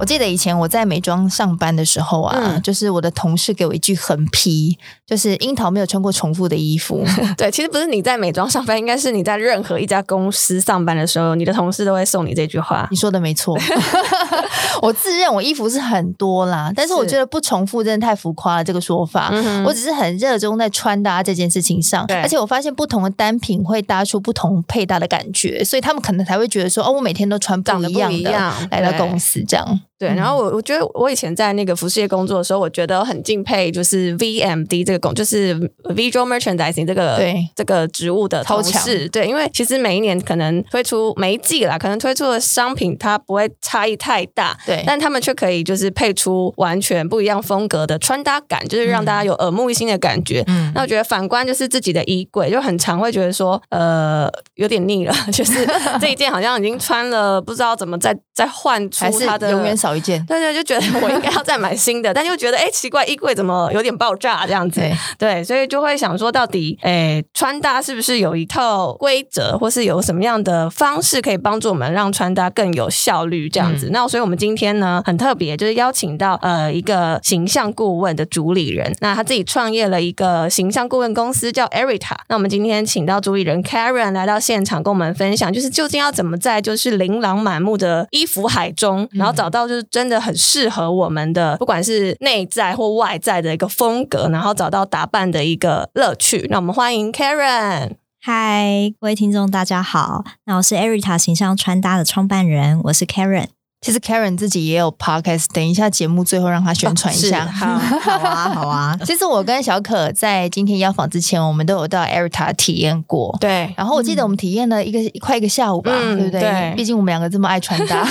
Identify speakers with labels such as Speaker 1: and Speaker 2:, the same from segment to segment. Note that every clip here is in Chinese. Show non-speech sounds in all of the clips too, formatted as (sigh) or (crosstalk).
Speaker 1: 我记得以前我在美妆上班的时候啊，
Speaker 2: 嗯
Speaker 1: 就是我的同事给我一句横批，就是樱桃没有穿过重复的衣
Speaker 2: (laughs)
Speaker 1: 服。
Speaker 2: (laughs) 对，其实不是你在美妆上班，应该是你在任何一家公司上班的时候，你的同事都会送你这句话。
Speaker 1: 你说的没错，
Speaker 2: (laughs)
Speaker 1: 我自认我衣服是很多啦，但是我
Speaker 2: 是
Speaker 1: 觉得不重复真的太浮夸了这个说法。
Speaker 2: 嗯
Speaker 1: 我
Speaker 2: 我
Speaker 1: 只是很热衷在穿搭这件事情上，
Speaker 2: 对
Speaker 1: 而且我发现不同的单品会搭出不同配搭的感觉，所以他们可能才会觉得说，哦，我每天都穿不
Speaker 2: 长得
Speaker 1: 一
Speaker 2: 不
Speaker 1: 样
Speaker 2: 一
Speaker 1: 的
Speaker 2: 样，
Speaker 1: 来到
Speaker 2: 对
Speaker 1: 公司这样。
Speaker 2: 对，然后我我觉得我以前在那个服饰业工作的时候，我觉得很敬佩，就是 VMD 这个工，就是 Visual Merchandising 这个
Speaker 1: 对
Speaker 2: 这个职务的
Speaker 1: 超
Speaker 2: 同
Speaker 1: 强
Speaker 2: 事。对，因为其实每一年可能推出每一季啦，可能推出的商品它不会差异太大，
Speaker 1: 对，
Speaker 2: 但他们却可以就是配出完全不一样风格的穿搭感，就是让大家有耳目一新的感觉。
Speaker 1: 嗯
Speaker 2: 那我觉得反观就是自己的衣柜，就很常会觉得说，呃，有点腻了， (laughs)
Speaker 1: (laughs)
Speaker 2: 就是这一件好像已经穿了，不知道怎么再再换出
Speaker 1: 还是
Speaker 2: 它的
Speaker 1: 永远少一件。
Speaker 2: 对对，就觉得我应该要再买新的，但又觉得哎、诶奇怪，衣柜怎么有点爆炸这样子？
Speaker 1: 对，
Speaker 2: (laughs) 对，所以就会想说，到底哎、诶穿搭是不是有一套规则，或是有什么样的方式可以帮助我们让穿搭更有效率这样子？那所以我们今天呢，很特别，就是邀请到呃一个形象顾问的主理人，那他自己创业了一个形象顾问公司叫 Erita。那我们今天请到主理人 Karen 来到现场，跟我们分享，就是究竟要怎么在就是琳琅满目的衣服海中，然后找到就是真的很适合我们的，不管是内在或外在的一个风格，然后找到打扮的一个乐趣。那我们欢迎 Karen。
Speaker 3: 嗨，各位听众，大家好。那我是 Erita 形象穿搭的创办人，我是 Karen。
Speaker 1: 其实 Karen 自己也有 podcast，等一下节目最后让她宣传一
Speaker 2: 是
Speaker 1: 下。
Speaker 2: 好，
Speaker 3: (laughs) 好啊，好啊。
Speaker 1: 其实我跟小可在今天邀访之前，我们都有到 Erita 体验过。
Speaker 2: 对，
Speaker 1: 然后我记得我们体验了一个、快一个下午吧，
Speaker 2: 嗯
Speaker 1: 对不嗯对？
Speaker 2: 对
Speaker 1: 毕竟我们两个这么爱穿 (laughs) 搭，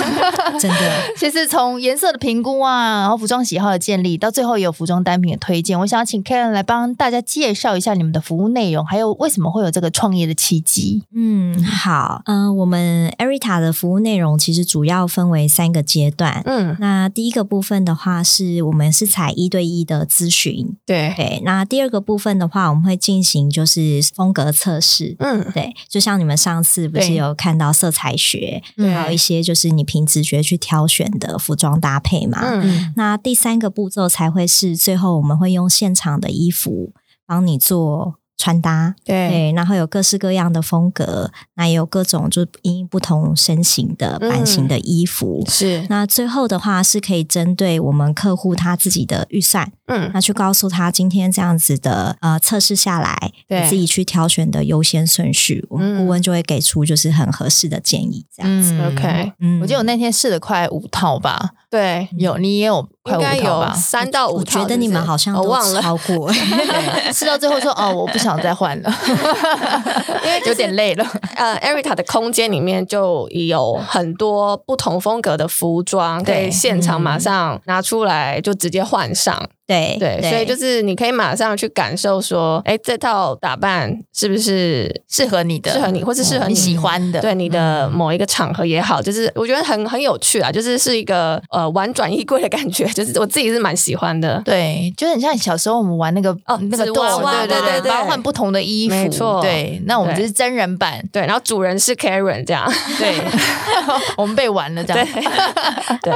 Speaker 3: 真的，
Speaker 1: 其实从颜色的评估啊，然后服装喜好的建立，到最后也有服装单品的推荐。我想请 Karen 来帮大家介绍一下你们的服务内容，还有为什么会有这个创业的契机。
Speaker 3: 嗯，好，嗯、我们 Erita 的服务内容其实主要分为三个阶段。
Speaker 2: 嗯，
Speaker 3: 那第一个部分的话，是我们是采一对一的咨询，
Speaker 2: 对，
Speaker 3: 对。那第二个部分的话，我们会进行就是风格测试，
Speaker 2: 嗯，
Speaker 3: 对。就像你们上次不是
Speaker 1: 对
Speaker 3: 有看到色彩学，
Speaker 2: 对
Speaker 3: 还有一些就是你凭直觉去挑选的服装搭配嘛，
Speaker 2: 嗯，
Speaker 3: 那第三个步骤才会是最后我们会用现场的衣服帮你做穿搭，
Speaker 2: 对，
Speaker 3: 对，然后有各式各样的风格，那也有各种就因不同身形的版型的衣服。
Speaker 2: 嗯是，
Speaker 3: 那最后的话是可以针对我们客户他自己的预算，
Speaker 2: 嗯，
Speaker 3: 那去告诉他今天这样子的呃测试下来，
Speaker 2: 对
Speaker 3: 你自己去挑选的优先顺序，我
Speaker 2: 嗯
Speaker 3: 们顾问就会给出就是很合适的建议，这样子。
Speaker 1: 嗯
Speaker 2: OK
Speaker 3: 嗯
Speaker 1: 我记得我那天试了快五套吧，
Speaker 2: 对，
Speaker 1: 有你也有快
Speaker 2: 嗯应
Speaker 1: 五
Speaker 2: 该
Speaker 1: 套
Speaker 2: 有
Speaker 1: 吧。
Speaker 2: 三到五
Speaker 3: 我
Speaker 2: 套，
Speaker 3: 觉得你们好像
Speaker 2: 我
Speaker 3: 都
Speaker 2: 忘了， (laughs)
Speaker 3: 超
Speaker 1: (laughs)
Speaker 3: 过，
Speaker 1: 对试到最后说哦，我不想再换了，因 (laughs) 为有点累了。
Speaker 2: 呃，Erita 的空间里面就有很多不同风格的服装，可
Speaker 1: 对
Speaker 2: 以现场
Speaker 3: 嗯
Speaker 2: 马上拿出来就直接换上。
Speaker 3: 对
Speaker 2: 对，所以就是你可以马上去感受说，哎，这套打扮是不是
Speaker 1: 适合你的，哦
Speaker 2: 适合你，或是适合
Speaker 1: 你
Speaker 2: 你
Speaker 1: 喜欢的。
Speaker 2: 对你的某一个场合也好，就是我觉得很很有趣啊，就是是一个呃玩转衣柜的感觉， (laughs) 就是我自己是蛮喜欢的。
Speaker 1: 对，就很像小时候我们玩那个
Speaker 2: 哦
Speaker 1: 那个
Speaker 2: 纸
Speaker 1: 豆
Speaker 2: 娃
Speaker 3: 娃
Speaker 1: 对对
Speaker 3: 对
Speaker 1: 对，
Speaker 2: 对
Speaker 1: 然后换不同的衣服，
Speaker 2: 没错
Speaker 1: 对，那我们这
Speaker 2: 对
Speaker 1: 是真人版，
Speaker 2: 对，然后主人是 Karen 这样，
Speaker 1: 对，
Speaker 2: (laughs)
Speaker 1: (laughs) 我们被玩了这
Speaker 2: 对
Speaker 1: 样。
Speaker 2: 对，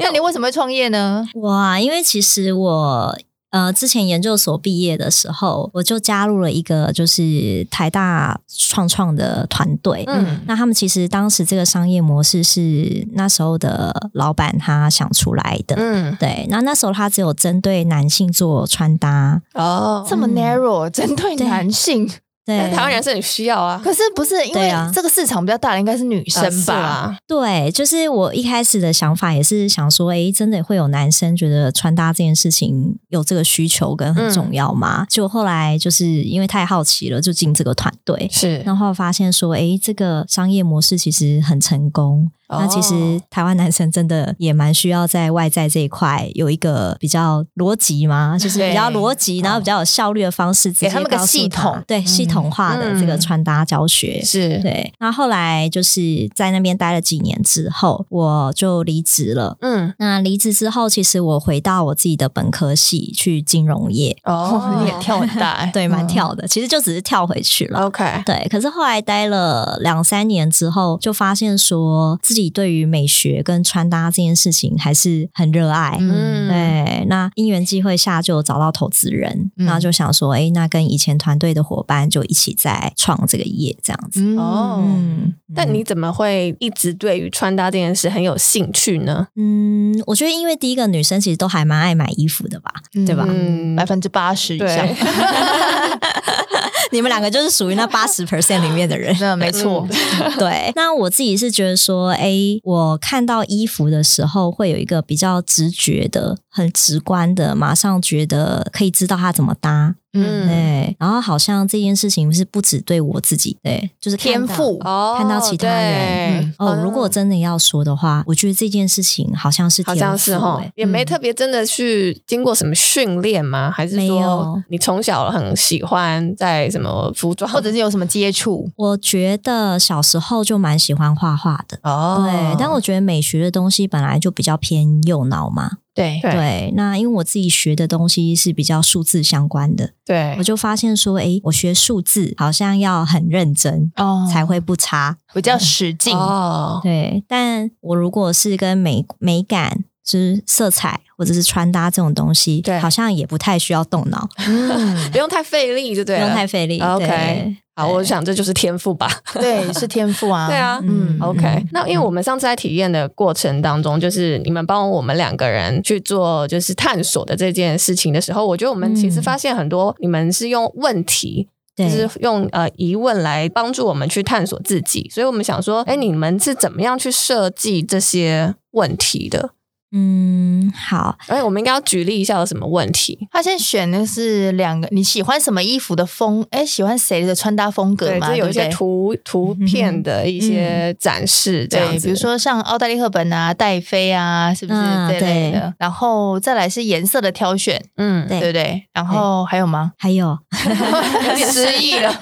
Speaker 1: 那你为什么会创业呢？
Speaker 3: 哇，啊因为其实我呃之前研究所毕业的时候，我就加入了一个就是台大创创的团队。
Speaker 2: 嗯
Speaker 3: 那他们其实当时这个商业模式是那时候的老板他想出来的。
Speaker 2: 嗯
Speaker 3: 对，那那时候他只有针对男性做穿搭，
Speaker 2: 哦，
Speaker 1: 这么
Speaker 3: 嗯
Speaker 1: narrow，针对
Speaker 3: 对
Speaker 1: 男性，
Speaker 3: 对，
Speaker 2: 但台湾人是很需要啊，
Speaker 1: 可是不是因
Speaker 3: 对
Speaker 1: 为
Speaker 3: 啊
Speaker 1: 这个市场比较大的应该是女生
Speaker 2: 呃是
Speaker 1: 吧？
Speaker 2: 啊
Speaker 3: 对，就是我一开始的想法也是想说，诶，真的会有男生觉得穿搭这件事情有这个需求跟很
Speaker 1: 嗯
Speaker 3: 重要吗？就后来就是因为太好奇了，就进这个团队，
Speaker 2: 是
Speaker 3: 然后发现说，诶，这个商业模式其实很成功。那其实
Speaker 2: 哦
Speaker 3: 台湾男生真的也蛮需要在外在这一块有一个比较逻辑嘛，就是比较
Speaker 1: 对哦
Speaker 3: 逻辑，然后比较有效率的方式，直
Speaker 1: 给
Speaker 3: 接
Speaker 1: 他们个
Speaker 3: 告诉
Speaker 1: 系统
Speaker 3: 对系童话的这个
Speaker 2: 嗯
Speaker 3: 穿搭教学。
Speaker 2: 是，
Speaker 3: 对，那后来就是在那边待了几年之后，我就离职了。
Speaker 2: 嗯，
Speaker 3: 那离职之后，其实我回到我自己的本科系去金融业，
Speaker 1: 哦，
Speaker 2: 哦， (laughs)
Speaker 1: 你也跳很大、欸，
Speaker 3: 对，蛮
Speaker 1: 嗯。
Speaker 3: 跳的。其实就只是跳回去了。
Speaker 2: ，OK，
Speaker 3: 哦对，可是后来待了两三年之后，就发现说自己对于美学跟穿搭这件事情还是很热爱。
Speaker 1: 嗯
Speaker 3: 对，那因缘际会下就找到投资人，
Speaker 1: 嗯
Speaker 3: 然后就想说，哎，那跟以前团队的伙伴就一起在创这个业这样子。
Speaker 1: 嗯
Speaker 2: 哦
Speaker 3: 嗯
Speaker 2: 但你怎么会一直对于穿搭这件事很有兴趣呢？
Speaker 3: 嗯，我觉得因为第一个女生其实都还蛮爱买衣服的吧， (laughs) 对吧？
Speaker 2: 嗯
Speaker 1: 百分之八十以 (laughs) 上，
Speaker 2: 对
Speaker 3: 你们两个就是属于那八十 percent 里面的人。
Speaker 1: 那没错，
Speaker 2: 嗯
Speaker 3: 对，那我自己是觉得说，哎，我看到衣服的时候会有一个比较直觉的、很直观的，马上觉得可以知道它怎么搭。
Speaker 1: 嗯，
Speaker 3: 对，然后好像这件事情是不只对我自己，对，就是看
Speaker 1: 天
Speaker 3: 到
Speaker 1: 赋，
Speaker 2: 哦
Speaker 3: 看到其他人
Speaker 2: 对
Speaker 3: 哦，如果真的要说的话，我觉得这件事情好像是
Speaker 2: 嗯好
Speaker 3: 天
Speaker 2: 像
Speaker 3: 赋、
Speaker 2: 是哈
Speaker 3: 哎，
Speaker 2: 也没
Speaker 3: 嗯
Speaker 2: 特别真的去经过什么训练吗？还是
Speaker 3: 没
Speaker 2: 说
Speaker 3: 有
Speaker 2: 你从小很喜欢在什么服装
Speaker 1: 或者是有什么接触
Speaker 3: 我觉得小时候就蛮喜欢画画的，
Speaker 2: 哦
Speaker 3: 对，但我觉得美学的东西本来就比较偏右脑嘛，
Speaker 1: 对
Speaker 2: 对
Speaker 3: 对。那因为我自己学的东西是比较数字相关的，
Speaker 2: 对
Speaker 3: 我就发现说，诶，我学数字好像要很认真。
Speaker 1: 哦
Speaker 3: 才会不差，
Speaker 1: 比较使劲，
Speaker 2: 哦，
Speaker 3: 对。但我如果是跟美美感、就是色彩或者是穿搭这种东西，
Speaker 2: 对
Speaker 3: 好像也不太需要动脑，
Speaker 1: 嗯，
Speaker 2: 不用太费力就
Speaker 3: 不
Speaker 2: 对了，
Speaker 3: 用太费力。
Speaker 2: OK
Speaker 3: 对
Speaker 2: 好，我想这就是天赋吧。
Speaker 1: (laughs) 对，是天赋啊，
Speaker 2: 对啊
Speaker 1: 嗯
Speaker 3: 嗯
Speaker 2: OK，那因为我们上次在体验的过程当中，就是你们帮我们两个人去做就是探索的这件事情的时候，我觉得我们其实
Speaker 3: 嗯
Speaker 2: 发现很多，你们是用问题就
Speaker 3: 对，
Speaker 2: 是用呃疑问来帮助我们去探索自己，所以我们想说，哎，你们是怎么样去设计这些问题的？
Speaker 3: 嗯，好，
Speaker 2: 哎，我们应该要举例一下有什么问题？
Speaker 1: 他先选的是两个你喜欢什么衣服的风，哎，喜欢谁的穿搭风格
Speaker 2: 对，
Speaker 1: 嘛？
Speaker 2: 就有一些
Speaker 1: 对不对
Speaker 2: 图图片的一些展示，这样
Speaker 1: 对，
Speaker 2: 子，
Speaker 1: 比如说像奥黛丽·赫本啊、戴妃啊，是不是
Speaker 3: 嗯
Speaker 1: 这类的？然后再来是颜色的挑选，
Speaker 2: 嗯，
Speaker 3: 对
Speaker 1: 对不对？然后还有吗？
Speaker 3: 还有， (laughs)
Speaker 1: 有点失忆了。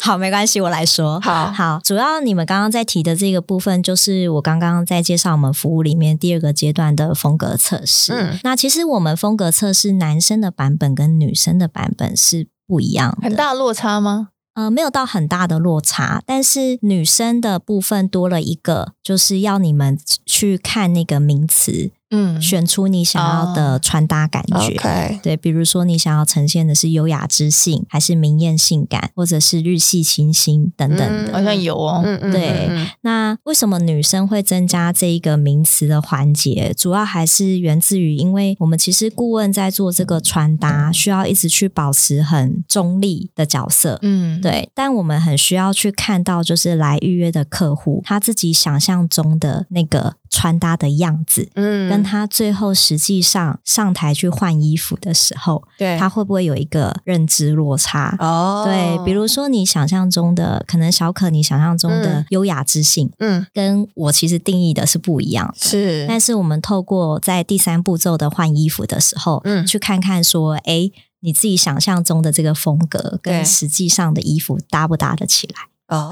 Speaker 3: 好，没关系，我来说。
Speaker 2: 好，
Speaker 3: 好，主要你们刚刚在提的这个部分，就是我刚刚在介绍我们服务里面第二个阶段的风格测试。
Speaker 2: 嗯
Speaker 3: 那其实我们风格测试男生的版本跟女生的版本是不一样的，
Speaker 1: (laughs) 很大落差吗？
Speaker 3: 呃，没有到很大的落差，但是女生的部分多了一个，就是要你们去看那个名词，
Speaker 1: 嗯，
Speaker 3: 选出你想要的穿搭感觉。
Speaker 2: ，OK，
Speaker 3: 对，比如说你想要呈现的是优雅知性，还是明艳性感，或者是日系清新等等的。
Speaker 1: 好像有哦。
Speaker 2: 嗯嗯，
Speaker 3: 对
Speaker 2: 嗯
Speaker 3: 那为什么女生会增加这一个名词的环节？主要还是源自于，因为我们其实顾问在做这个穿搭，需要一直去保持很中立的角色。
Speaker 1: 嗯，
Speaker 3: 对，但我们很需要去看到，就是来预约的客户他自己想象中的那个穿搭的样子，
Speaker 2: 嗯，
Speaker 3: 跟他最后实际上上台去换衣服的时候，
Speaker 2: 对
Speaker 3: 他会不会有一个认知落差？
Speaker 2: 哦，
Speaker 3: 对，比如说你想象中的，可能小可你想象中的
Speaker 2: 嗯
Speaker 3: 优雅知性，
Speaker 2: 嗯
Speaker 3: 跟我其实定义的是不一样的。
Speaker 2: 是，
Speaker 3: 但是我们透过在第三步骤的换衣服的时候，
Speaker 2: 嗯
Speaker 3: 去看看说，哎，你自己想象中的这个风格
Speaker 2: 对
Speaker 3: 跟实际上的衣服搭不搭得起来？
Speaker 2: 哦，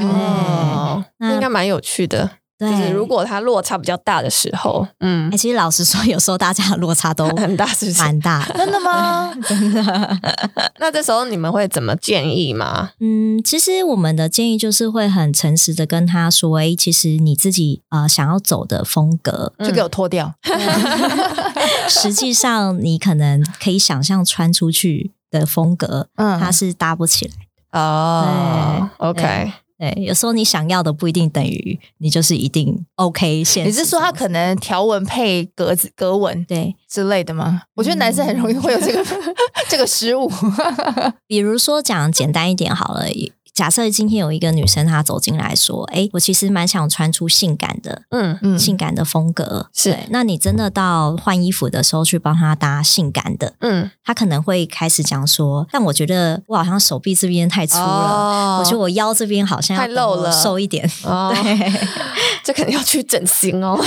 Speaker 3: 那
Speaker 2: 那应该蛮有趣的，
Speaker 3: 对，
Speaker 2: 就是如果它落差比较大的时候，嗯
Speaker 3: 哎，，其实老实说，有时候大家的落差都
Speaker 2: (laughs) 很大是不是？
Speaker 3: 蛮大
Speaker 2: (laughs)
Speaker 3: 的。
Speaker 1: 真的吗？
Speaker 2: 那这时候你们会怎么建议吗？
Speaker 3: 嗯，其实我们的建议就是会很诚实的跟他说，哎，其实你自己呃想要走的风格，
Speaker 1: 就
Speaker 2: 嗯
Speaker 1: 给我脱掉。
Speaker 3: 实际上你可能可以想象穿出去的风格，
Speaker 1: 嗯
Speaker 3: 它是搭不起来。
Speaker 1: 哎
Speaker 2: 哦
Speaker 3: 对
Speaker 2: ，OK，
Speaker 3: 对，有时候你想要的不一定等于你就是一定 OK 现
Speaker 1: 你
Speaker 3: 实。
Speaker 1: 是说他可能条纹配格子格纹
Speaker 3: 对，
Speaker 1: 之类的吗？我觉得男生很容易会有这个
Speaker 2: 嗯
Speaker 1: (laughs) 这个失误。
Speaker 3: 比如说讲简单一点好了，假设今天有一个女生她走进来说：“哎，我其实蛮想穿出性感的、
Speaker 2: 嗯，
Speaker 1: 嗯
Speaker 3: 性感的风格。”
Speaker 2: 是
Speaker 3: 对，那你真的到换衣服的时候去帮她搭性感的，
Speaker 2: 嗯，
Speaker 3: 她可能会开始讲说：“但我觉得我好像手臂这边太粗了。
Speaker 2: 哦
Speaker 3: 我觉得我腰这边好像要
Speaker 2: 太露了
Speaker 3: 等我瘦一点。
Speaker 2: 哦， (laughs) 这肯定要去整
Speaker 1: (laughs)
Speaker 2: 形哦，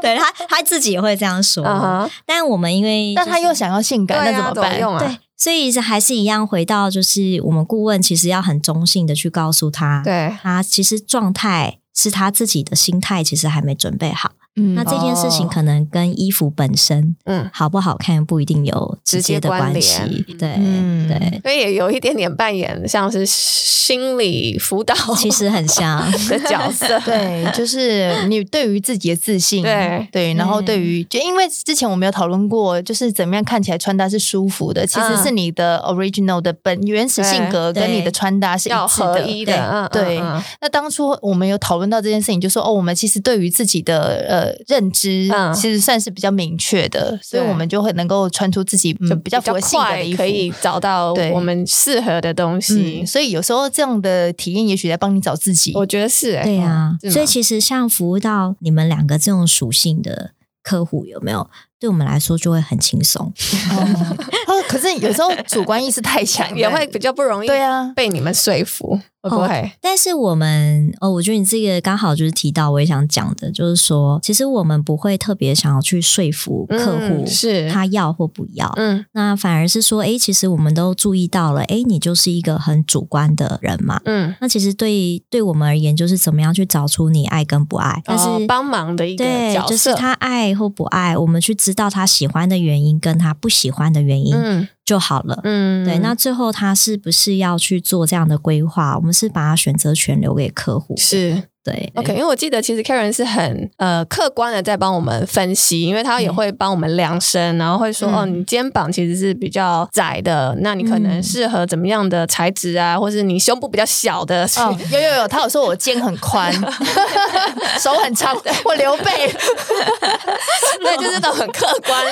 Speaker 3: 对她，她自己也会这样说。
Speaker 2: 啊哈，
Speaker 3: 但我们因为、
Speaker 1: 但他又想要性感，
Speaker 2: 对
Speaker 1: 那
Speaker 2: 啊
Speaker 1: 怎么
Speaker 2: 怎么
Speaker 1: 办？
Speaker 2: 用啊
Speaker 3: 对，所以是还是一样回到，就是我们顾问其实要很中性的去告诉他，
Speaker 2: 对，
Speaker 3: 他其实状态是他自己的心态，其实还没准备好。
Speaker 1: 嗯
Speaker 3: 那这件事情
Speaker 2: 哦
Speaker 3: 可能跟衣服本身
Speaker 2: 嗯，
Speaker 3: 好不好看不一定有直接的关系
Speaker 2: 直接关，
Speaker 3: 对、
Speaker 1: 嗯
Speaker 3: 对，
Speaker 2: 所以也有一点点扮演像是心理辅导
Speaker 3: 其实很像。
Speaker 2: (laughs) 的角色，
Speaker 1: (laughs) (laughs) 对，就是你对于自己的自信，
Speaker 2: 对嗯
Speaker 1: 然后对
Speaker 3: 对
Speaker 1: 于就因为之前我们有讨论过，就是怎么样看起来穿搭是舒服的，其实
Speaker 2: 嗯
Speaker 1: 是你的 original 的本原始性格
Speaker 3: 对
Speaker 1: 跟你的穿搭是一
Speaker 2: 要
Speaker 1: 致
Speaker 2: 合
Speaker 1: 的。
Speaker 2: 一的，嗯，
Speaker 1: 对
Speaker 2: 嗯
Speaker 1: 那当初我们有讨论到这件事情，就说哦，我们其实对于自己的呃认知，
Speaker 2: 嗯
Speaker 1: 其实算是比较明确的，所以
Speaker 2: 对
Speaker 1: 我们就会能够穿出自己、嗯、
Speaker 2: 嗯就
Speaker 1: 比较符合性格
Speaker 2: 快
Speaker 1: 的衣服
Speaker 2: 可。以找到
Speaker 1: 对
Speaker 2: 我们适合的东西
Speaker 1: 嗯，，所以有时候这样的体验，也许在帮你找自己。
Speaker 2: 我觉得是，哎
Speaker 3: 对啊，
Speaker 2: 是吗
Speaker 3: 所以其实像服务到你们两个这种属性的客户，有没有对我们来说就会很轻松？
Speaker 1: 哦， (laughs) 哦可是有时候主观意识太强
Speaker 3: 嗯
Speaker 1: 了，
Speaker 2: (laughs) 也会比较不容易
Speaker 1: 对
Speaker 2: (laughs)
Speaker 1: 啊，
Speaker 2: 被你们说服，
Speaker 3: 哦
Speaker 2: 会不会？
Speaker 3: 但是我们哦，我觉得你这个刚好就是提到我也想讲的，就是说，其实我们不会特别想要去说服客户、
Speaker 2: 嗯是
Speaker 3: 他要或不要，
Speaker 2: 嗯，
Speaker 3: 那反而是说，诶，其实我们都注意到了，诶，你就是一个很主观的人嘛。
Speaker 2: 嗯，
Speaker 3: 那其实对对我们而言，就是怎么样去找出你爱跟不爱，但是、
Speaker 2: 哦帮忙的一个
Speaker 3: 对
Speaker 2: 角，色，
Speaker 3: 就是他爱或不爱，我们去知道他喜欢的原因跟他不喜欢的原因
Speaker 2: 嗯
Speaker 3: 就好了。
Speaker 2: 嗯，
Speaker 3: 对，那最后他是不是要去做这样的规划？我们是把他选择权留给客户。
Speaker 2: 是
Speaker 3: 对
Speaker 2: OK，因为我记得其实 Karen 是很呃客观的在帮我们分析，因为他也会帮我们量身，然后会说、
Speaker 1: 嗯
Speaker 2: 哦，你肩膀其实是比较窄的，那你可能
Speaker 3: 嗯
Speaker 2: 适合怎么样的材质啊，或是你胸部比较小的，是
Speaker 1: 哦，有有有，他有说我肩很
Speaker 2: (laughs)
Speaker 1: 宽，手很长，我刘备。
Speaker 2: (laughs) 对，就是那种很客观，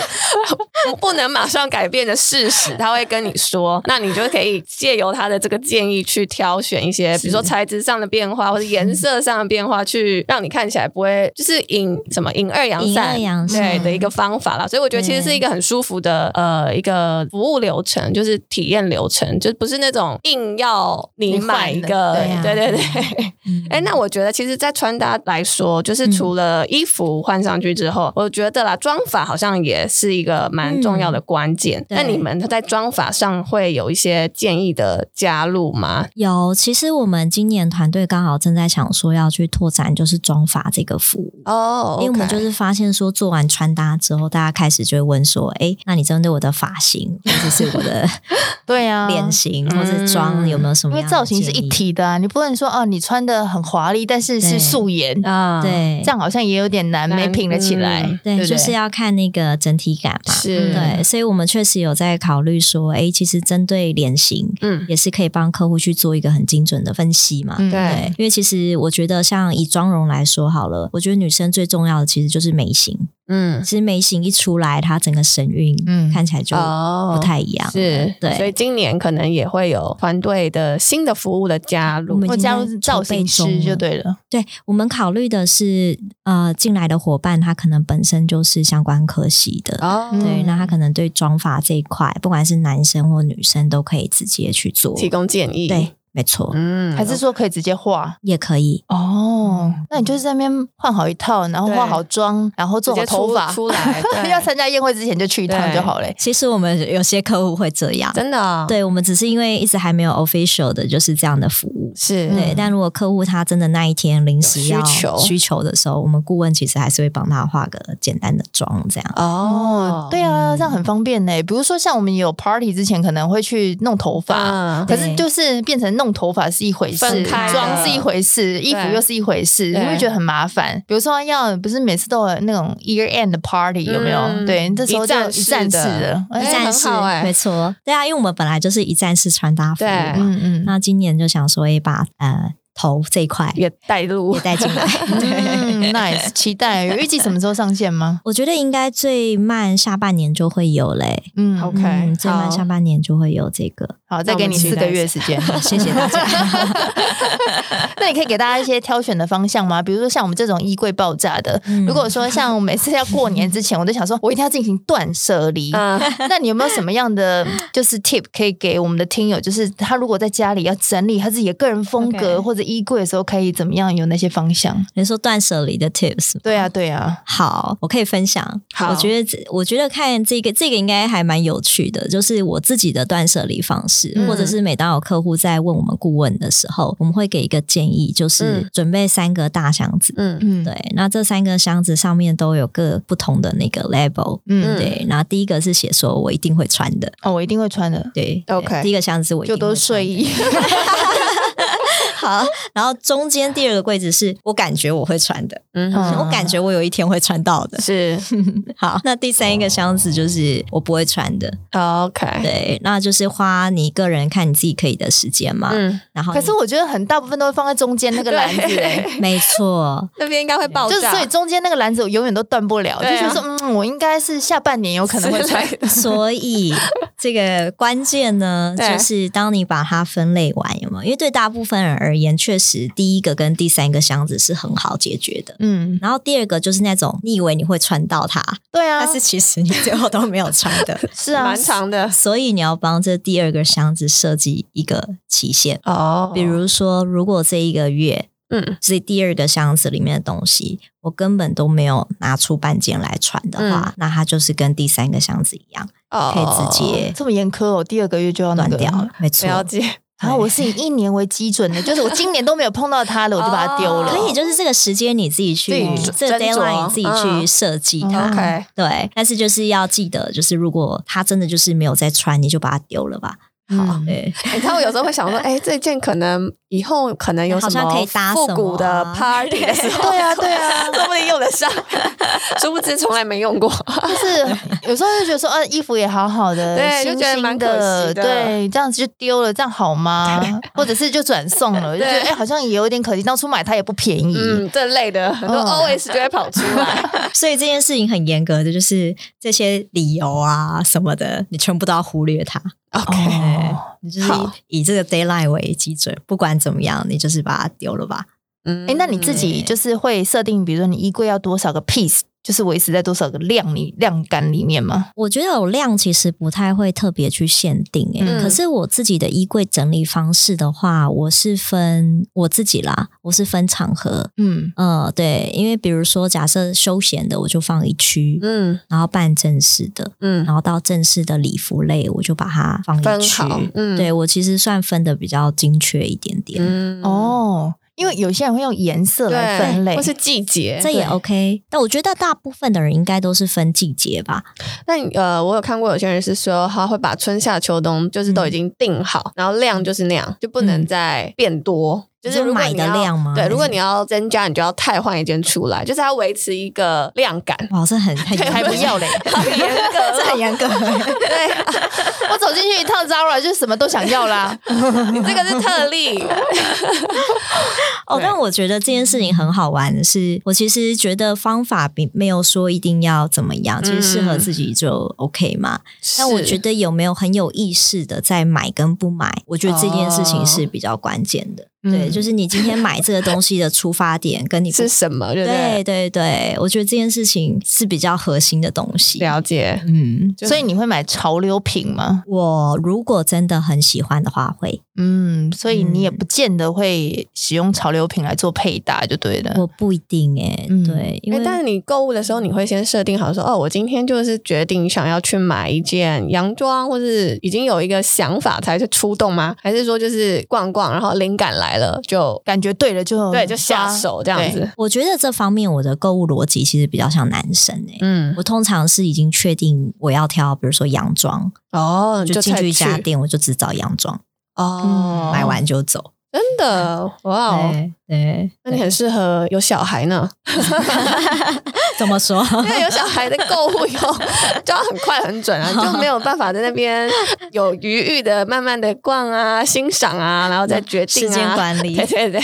Speaker 2: 不能马上改变的事实，他会跟你说，那你就可以借由他的这个建议去挑选一些，比如说材质上的变化或者颜色上的变化，去让你看起来不会就是引什么引二阳
Speaker 3: 引
Speaker 2: 散
Speaker 3: 二阳
Speaker 2: 对
Speaker 3: 散
Speaker 2: 的一个方法啦。所以我觉得其实是一个很舒服的呃一个服务流程，就是体验流程，就不是那种硬要你
Speaker 1: 你换
Speaker 2: 买一
Speaker 1: 的
Speaker 2: 个，
Speaker 1: 对
Speaker 3: 啊
Speaker 2: 对对对。
Speaker 3: 嗯
Speaker 2: 哎、那我觉得其实，在穿搭来说，就是除了衣服换上去之后，我觉得啦，妆法好像也是一个蛮重要的关键。
Speaker 3: 嗯对
Speaker 2: 那、你们在妆法上会有一些建议的加入吗？
Speaker 3: 有，其实我们今年团队刚好正在想说要去拓展就是妆发这个服务。
Speaker 2: 哦
Speaker 3: 因为我们就是发现说，做完穿搭之后，大家开始就会问说：“哎，那你针对我的发型，或者是
Speaker 2: (laughs)
Speaker 3: 我的 (laughs)
Speaker 1: 对呀、啊，
Speaker 3: 脸型，或是妆，
Speaker 2: 嗯
Speaker 3: 有没有什
Speaker 1: 因
Speaker 3: 么
Speaker 1: 为
Speaker 3: 样的
Speaker 1: 造型是
Speaker 3: 建
Speaker 1: 一
Speaker 3: 议
Speaker 1: 体的啊，你不能说哦，你穿的很华丽，但是是
Speaker 3: 对
Speaker 1: 素颜，
Speaker 2: 啊，
Speaker 3: 对，
Speaker 1: 这样好像也有点难，
Speaker 2: 难
Speaker 1: 没品了起来。
Speaker 2: 嗯
Speaker 1: 对
Speaker 3: 对，
Speaker 1: 不对，
Speaker 3: 就是要看那个整体感嘛。
Speaker 2: 是，
Speaker 3: 对，所以我们确实有在考虑说，哎，其实针对脸型，
Speaker 2: 嗯，
Speaker 3: 也是可以帮客户去做一个很精准的分析嘛。
Speaker 1: 嗯
Speaker 2: 对
Speaker 3: 对，因为其实我觉得，像以妆容来说好了，我觉得女生最重要的其实就是眉形。
Speaker 2: 嗯，
Speaker 3: 其实眉形一出来，她整个神韵，
Speaker 1: 嗯
Speaker 3: 看起来就
Speaker 2: 哦
Speaker 3: 不太一样。
Speaker 2: 是，
Speaker 3: 对
Speaker 2: 所以今年可能也会有团队的新的服务的加
Speaker 3: 我
Speaker 2: 入
Speaker 3: 们。
Speaker 1: 我加入造型师就对了。
Speaker 3: 对我们考虑的是，呃，进来的伙伴他可能本身就是相关科系的，
Speaker 2: 哦
Speaker 3: 对，
Speaker 1: 嗯
Speaker 3: 那他可能对妆发这一块，不管是男生或女生，都可以直接去做。
Speaker 2: 提供建议，，
Speaker 3: 对，没错，
Speaker 2: 嗯，
Speaker 1: 还是说可以直接画
Speaker 3: 也可以。
Speaker 1: 哦？那你就是在那边换好一套，然后
Speaker 2: 对
Speaker 1: 化好妆，然后
Speaker 2: 直
Speaker 1: 做好
Speaker 2: 接
Speaker 1: 头
Speaker 2: 出
Speaker 1: 发， (laughs)
Speaker 2: 出来，对
Speaker 1: 要参加宴会之前就去一趟
Speaker 2: 对
Speaker 1: 就好嘞。
Speaker 3: 其实我们有些客户会这样，
Speaker 2: 真的哦，
Speaker 3: 对我们只是因为一直还没有 official 的，就是这样的服务。
Speaker 2: 是，
Speaker 3: 对，但如果客户他真的那一天临时
Speaker 2: 有
Speaker 3: 要
Speaker 2: 需求
Speaker 3: 需求的时候，我们顾问其实还是会帮他化个简单的妆，这样。
Speaker 2: 哦，
Speaker 1: 对啊，这样很方便呢。比如说像我们有 party 之前，可能会去弄头发，
Speaker 2: 嗯
Speaker 1: 可是
Speaker 3: 对
Speaker 1: 就是变成弄头发是一回事
Speaker 2: 分
Speaker 3: 开，的
Speaker 1: 妆是一回事，衣服又是一回事，你
Speaker 2: 对
Speaker 1: 会觉得很麻烦。比如说要不是每次都有那种 year end 的 party 有没有？
Speaker 2: 嗯
Speaker 1: 对，这时候就
Speaker 2: 一站
Speaker 1: 一
Speaker 2: 式
Speaker 1: 站式
Speaker 2: 的
Speaker 1: 的，
Speaker 2: 哎
Speaker 3: 一
Speaker 1: 哎
Speaker 3: 站
Speaker 2: 很
Speaker 3: 式，
Speaker 2: 好哎
Speaker 3: 没错，对啊，因为我们本来就是一站式穿搭服
Speaker 2: 对
Speaker 3: 务嘛。
Speaker 1: 嗯嗯。
Speaker 3: 那今年就想说，也把呃头这一块
Speaker 2: 也带路
Speaker 3: 也，带进来。
Speaker 2: (laughs)
Speaker 1: 嗯，nice，期待。有预计什么时候上线吗？
Speaker 3: 我觉得应该最慢下半年就会有嘞。
Speaker 1: 嗯，
Speaker 2: OK
Speaker 3: 嗯，最
Speaker 2: 好
Speaker 3: 慢下半年就会有这个。
Speaker 1: 好，再
Speaker 2: 那我
Speaker 1: 给
Speaker 2: 们
Speaker 1: 你
Speaker 2: 期
Speaker 1: 四
Speaker 2: 待
Speaker 1: 个
Speaker 2: 一
Speaker 1: 月
Speaker 2: 下
Speaker 1: 时间。 (laughs)
Speaker 3: 谢谢大家。
Speaker 1: 那你可以给大家一些挑选的方向吗？比如说像我们这种衣柜爆炸的，
Speaker 3: 嗯
Speaker 1: 如果说像我每次要过年之前，我都想说我一定要进行断舍离。
Speaker 2: (laughs) 嗯，
Speaker 1: (laughs) 那你有没有什么样的就是 tip 可以给我们的听友？就是他如果在家里要整理他自己的个人风格
Speaker 2: OK
Speaker 1: 或者衣柜的时候可以怎么样有那些方向？
Speaker 3: (laughs) 你说断舍离的 tips
Speaker 1: 对啊，对啊，
Speaker 3: 好，我可以分享。
Speaker 2: 好
Speaker 3: 我觉得这我觉得看这个这个应该还蛮有趣的，就是我自己的断舍离方式，
Speaker 2: 嗯
Speaker 3: 或者是每当有客户在问我们顾问的时候，我们会给一个建议，就是
Speaker 2: 嗯
Speaker 3: 准备三个大箱子。
Speaker 2: 嗯
Speaker 1: 嗯，
Speaker 3: 对，那这三个箱子上面都有各不同的那个 label。
Speaker 1: 嗯，
Speaker 3: 对，然后第一个是写说我一定会穿的。
Speaker 1: 哦，我一定会穿的，
Speaker 3: 对
Speaker 1: OK
Speaker 3: 第一个箱子我一定
Speaker 1: 就
Speaker 3: 会
Speaker 1: 都是
Speaker 3: 穿
Speaker 1: 睡衣，
Speaker 3: 好，然后中间第二个柜子是我感觉我会穿的，
Speaker 1: (laughs) 嗯
Speaker 3: 我感觉我有一天会穿到的。
Speaker 2: 哦是
Speaker 3: 好，那第三个箱子就是我不会穿的，
Speaker 2: OK，
Speaker 1: (laughs)
Speaker 3: 对，那就是花你个人看你自己可以的时间嘛。
Speaker 2: 嗯，
Speaker 3: 然后你，
Speaker 1: 可是我觉得很大部分都会放在中间那个篮 (laughs) 子、
Speaker 2: 对
Speaker 1: 欸，
Speaker 3: 没
Speaker 1: (laughs)
Speaker 3: 错，
Speaker 2: (laughs) 那边应该会爆
Speaker 1: 就是
Speaker 2: 炸，
Speaker 1: 所以中间那个篮子我永远都断不了，就
Speaker 2: 对啊
Speaker 1: 是说，嗯，我应该是下半年有可能会穿。
Speaker 2: 之类的
Speaker 3: 所以这个关键
Speaker 1: (laughs)
Speaker 3: 呢，
Speaker 1: 啊
Speaker 2: 对
Speaker 3: 就是当你把它分类完，有没有？因为对大部分人而言，确实第一个跟第三个箱子是很好解决的。
Speaker 1: 嗯，
Speaker 3: 然后第二个就是那种你以为你会穿到它，
Speaker 1: 对啊
Speaker 3: 但，是其实你最后都没有穿的。
Speaker 1: 是啊
Speaker 2: 蛮，长的
Speaker 3: 所以你要帮这第二个箱子设计一个期限，
Speaker 2: 哦
Speaker 3: 比如说，如果这一个月
Speaker 2: 嗯
Speaker 3: 这第二个箱子里面的东西，我根本都没有拿出半件来穿的话，
Speaker 2: 嗯
Speaker 3: 那它就是跟第三个箱子一样，
Speaker 2: 哦
Speaker 3: 可
Speaker 1: (laughs)
Speaker 3: 以直接
Speaker 1: 这么严苛哦，第二个月就要那
Speaker 3: 断
Speaker 1: 个
Speaker 3: 掉。没错，
Speaker 2: 嗯了解，
Speaker 1: (laughs) 然后我是以一年为基准的，就是我今年都没有碰到它了，我就把
Speaker 2: (laughs) 哦
Speaker 1: 它丢了。
Speaker 3: 可以，就是这个时间你自己去，
Speaker 2: 自己
Speaker 3: 这个
Speaker 2: 斟酌
Speaker 3: deadline 你自己去设计它。
Speaker 1: 嗯
Speaker 2: OK
Speaker 3: 对，但是就是要记得，就是如果它真的就是没有再穿，你就把它丢了吧。
Speaker 1: 好，
Speaker 3: 对，
Speaker 2: 你看，我有时候会想说，哎、这件可能以后可能有什
Speaker 3: 好像可以
Speaker 2: 么
Speaker 3: 搭
Speaker 2: 复
Speaker 3: 什么
Speaker 2: 古的
Speaker 3: 啊
Speaker 2: party 的时候，
Speaker 1: 对啊对啊，
Speaker 2: (laughs) 说不定用得上，殊不知从来没用过。 (laughs)
Speaker 1: 就是有时候就觉得说，啊，衣服也好好的，
Speaker 2: 对
Speaker 1: 新
Speaker 2: 就觉得
Speaker 1: 新
Speaker 2: 蛮可惜
Speaker 1: 的，
Speaker 2: 的
Speaker 1: 对，这样子就丢了，这样好
Speaker 2: (laughs)
Speaker 1: 吗？或者是就转送了，就觉得哎、
Speaker 2: 对
Speaker 1: 好像也有点可惜，当初买它也不便宜。
Speaker 2: 嗯，这类的很多
Speaker 1: 嗯
Speaker 2: always 就会跑出来。
Speaker 3: 所以这件事情很严格的，就是这些理由啊什么的，你全部都要忽略它。
Speaker 1: 哦，
Speaker 3: 你就是
Speaker 2: 好
Speaker 3: 以以这个 d a y l i g h t 为基准，不管怎么样，你就是把它丢了吧。
Speaker 2: 嗯
Speaker 1: 哎、那你自己就是会设定，比如说你衣柜要多少个 piece，就是维持在多少个量里量感里面吗？
Speaker 3: 我觉得有量其实不太会特别去限定诶、
Speaker 2: 嗯
Speaker 3: 可是我自己的衣柜整理方式的话，我是分我自己啦，我是分场合。
Speaker 1: 嗯，
Speaker 3: 呃，对，因为比如说，假设休闲的，我就放一区，
Speaker 2: 嗯
Speaker 3: 然后办正式的，
Speaker 2: 嗯
Speaker 3: 然后到正式的礼服类，我就把它放
Speaker 2: 分
Speaker 3: 一区
Speaker 2: 好。嗯
Speaker 3: 对我其实算分的比较精确一点点。
Speaker 2: 嗯
Speaker 1: 哦，因为有些人会用颜色来分类
Speaker 2: 或，是季节
Speaker 3: 这。也 OK，但我觉得大部分的人应该都是分季节吧。
Speaker 2: 那你呃，我有看过有些人是说，他会把春夏秋冬就是
Speaker 3: 嗯
Speaker 2: 都已经定好，然后量就是那样，就不能再变多。就是如果你要
Speaker 3: 你说买的量吗。
Speaker 2: 对，如果你要增加，你就要太换一件出来，就是要维持一个量感 (laughs)
Speaker 3: 哇，这很很
Speaker 2: 对
Speaker 1: 才
Speaker 3: 严
Speaker 1: 不
Speaker 2: (laughs)
Speaker 3: 格，
Speaker 1: 要嘞！
Speaker 3: 这
Speaker 1: (laughs)
Speaker 3: 很严格。
Speaker 2: 对，
Speaker 1: 我走进去一趟 Zara 就什么都想要
Speaker 2: (laughs)
Speaker 1: 啦。
Speaker 2: 你这个是特例。
Speaker 3: (laughs) 哦，
Speaker 2: 对
Speaker 3: 但我觉得这件事情很好玩的是，我其实觉得方法并没有说一定要怎么样，其实适
Speaker 2: 嗯
Speaker 3: 合自己就 OK 嘛。但我觉
Speaker 2: 得
Speaker 3: 得有没有很有意识的在买跟不买，我觉得这件事情
Speaker 2: 哦
Speaker 3: 是比较关键的。
Speaker 1: 哦
Speaker 3: 对，
Speaker 1: 嗯
Speaker 3: 就是你今天买这个东西的出发点跟你不
Speaker 2: 是什么，对不对？
Speaker 3: 对对对，我觉得这件事情是比较核心的东西。
Speaker 2: 了解。
Speaker 3: 嗯，
Speaker 2: 就是
Speaker 1: 所以你会买潮流品吗？
Speaker 3: 我如果真的很喜欢的话，会。
Speaker 1: 嗯，所以你也
Speaker 3: 嗯
Speaker 1: 不见得会使用潮流品来做配搭，就对了。
Speaker 3: 我不一定哎、
Speaker 1: 嗯
Speaker 3: 对，
Speaker 2: 嗯
Speaker 3: 因
Speaker 2: 哎、
Speaker 3: 为、
Speaker 2: 但是你购物的时候，你会先设定好说，哦，我今天就是决定想要去买一件洋装，或是已经有一个想法才去出动吗？还是说就是逛逛，然后灵感来了就
Speaker 1: 感觉对了就
Speaker 2: 对就下
Speaker 1: 刷
Speaker 2: 手这样。
Speaker 1: 对
Speaker 2: 子？
Speaker 3: 我觉得这方面我的购物逻辑其实比较像男生哎、
Speaker 2: 嗯，
Speaker 3: 我通常是已经确定我要挑，比如说洋装，
Speaker 2: 哦，你
Speaker 3: 就进
Speaker 2: 才
Speaker 3: 去一家
Speaker 2: 去
Speaker 3: 店，我就只找洋装，
Speaker 2: 哦，
Speaker 3: 买完就走。
Speaker 2: 真的哇哦，
Speaker 3: 对对，
Speaker 2: 那你很适合有小孩
Speaker 3: (laughs)
Speaker 2: 呢，
Speaker 3: 怎
Speaker 2: (laughs)
Speaker 3: 么说？
Speaker 2: 因
Speaker 3: (laughs)
Speaker 2: 为有小孩的购物以后就要很快很准啊，就没有办法在那边有余裕的慢慢的逛啊、欣赏啊，然后再决定
Speaker 3: 时
Speaker 2: 啊。
Speaker 3: 间管
Speaker 2: (laughs)
Speaker 3: 理
Speaker 2: 对对对，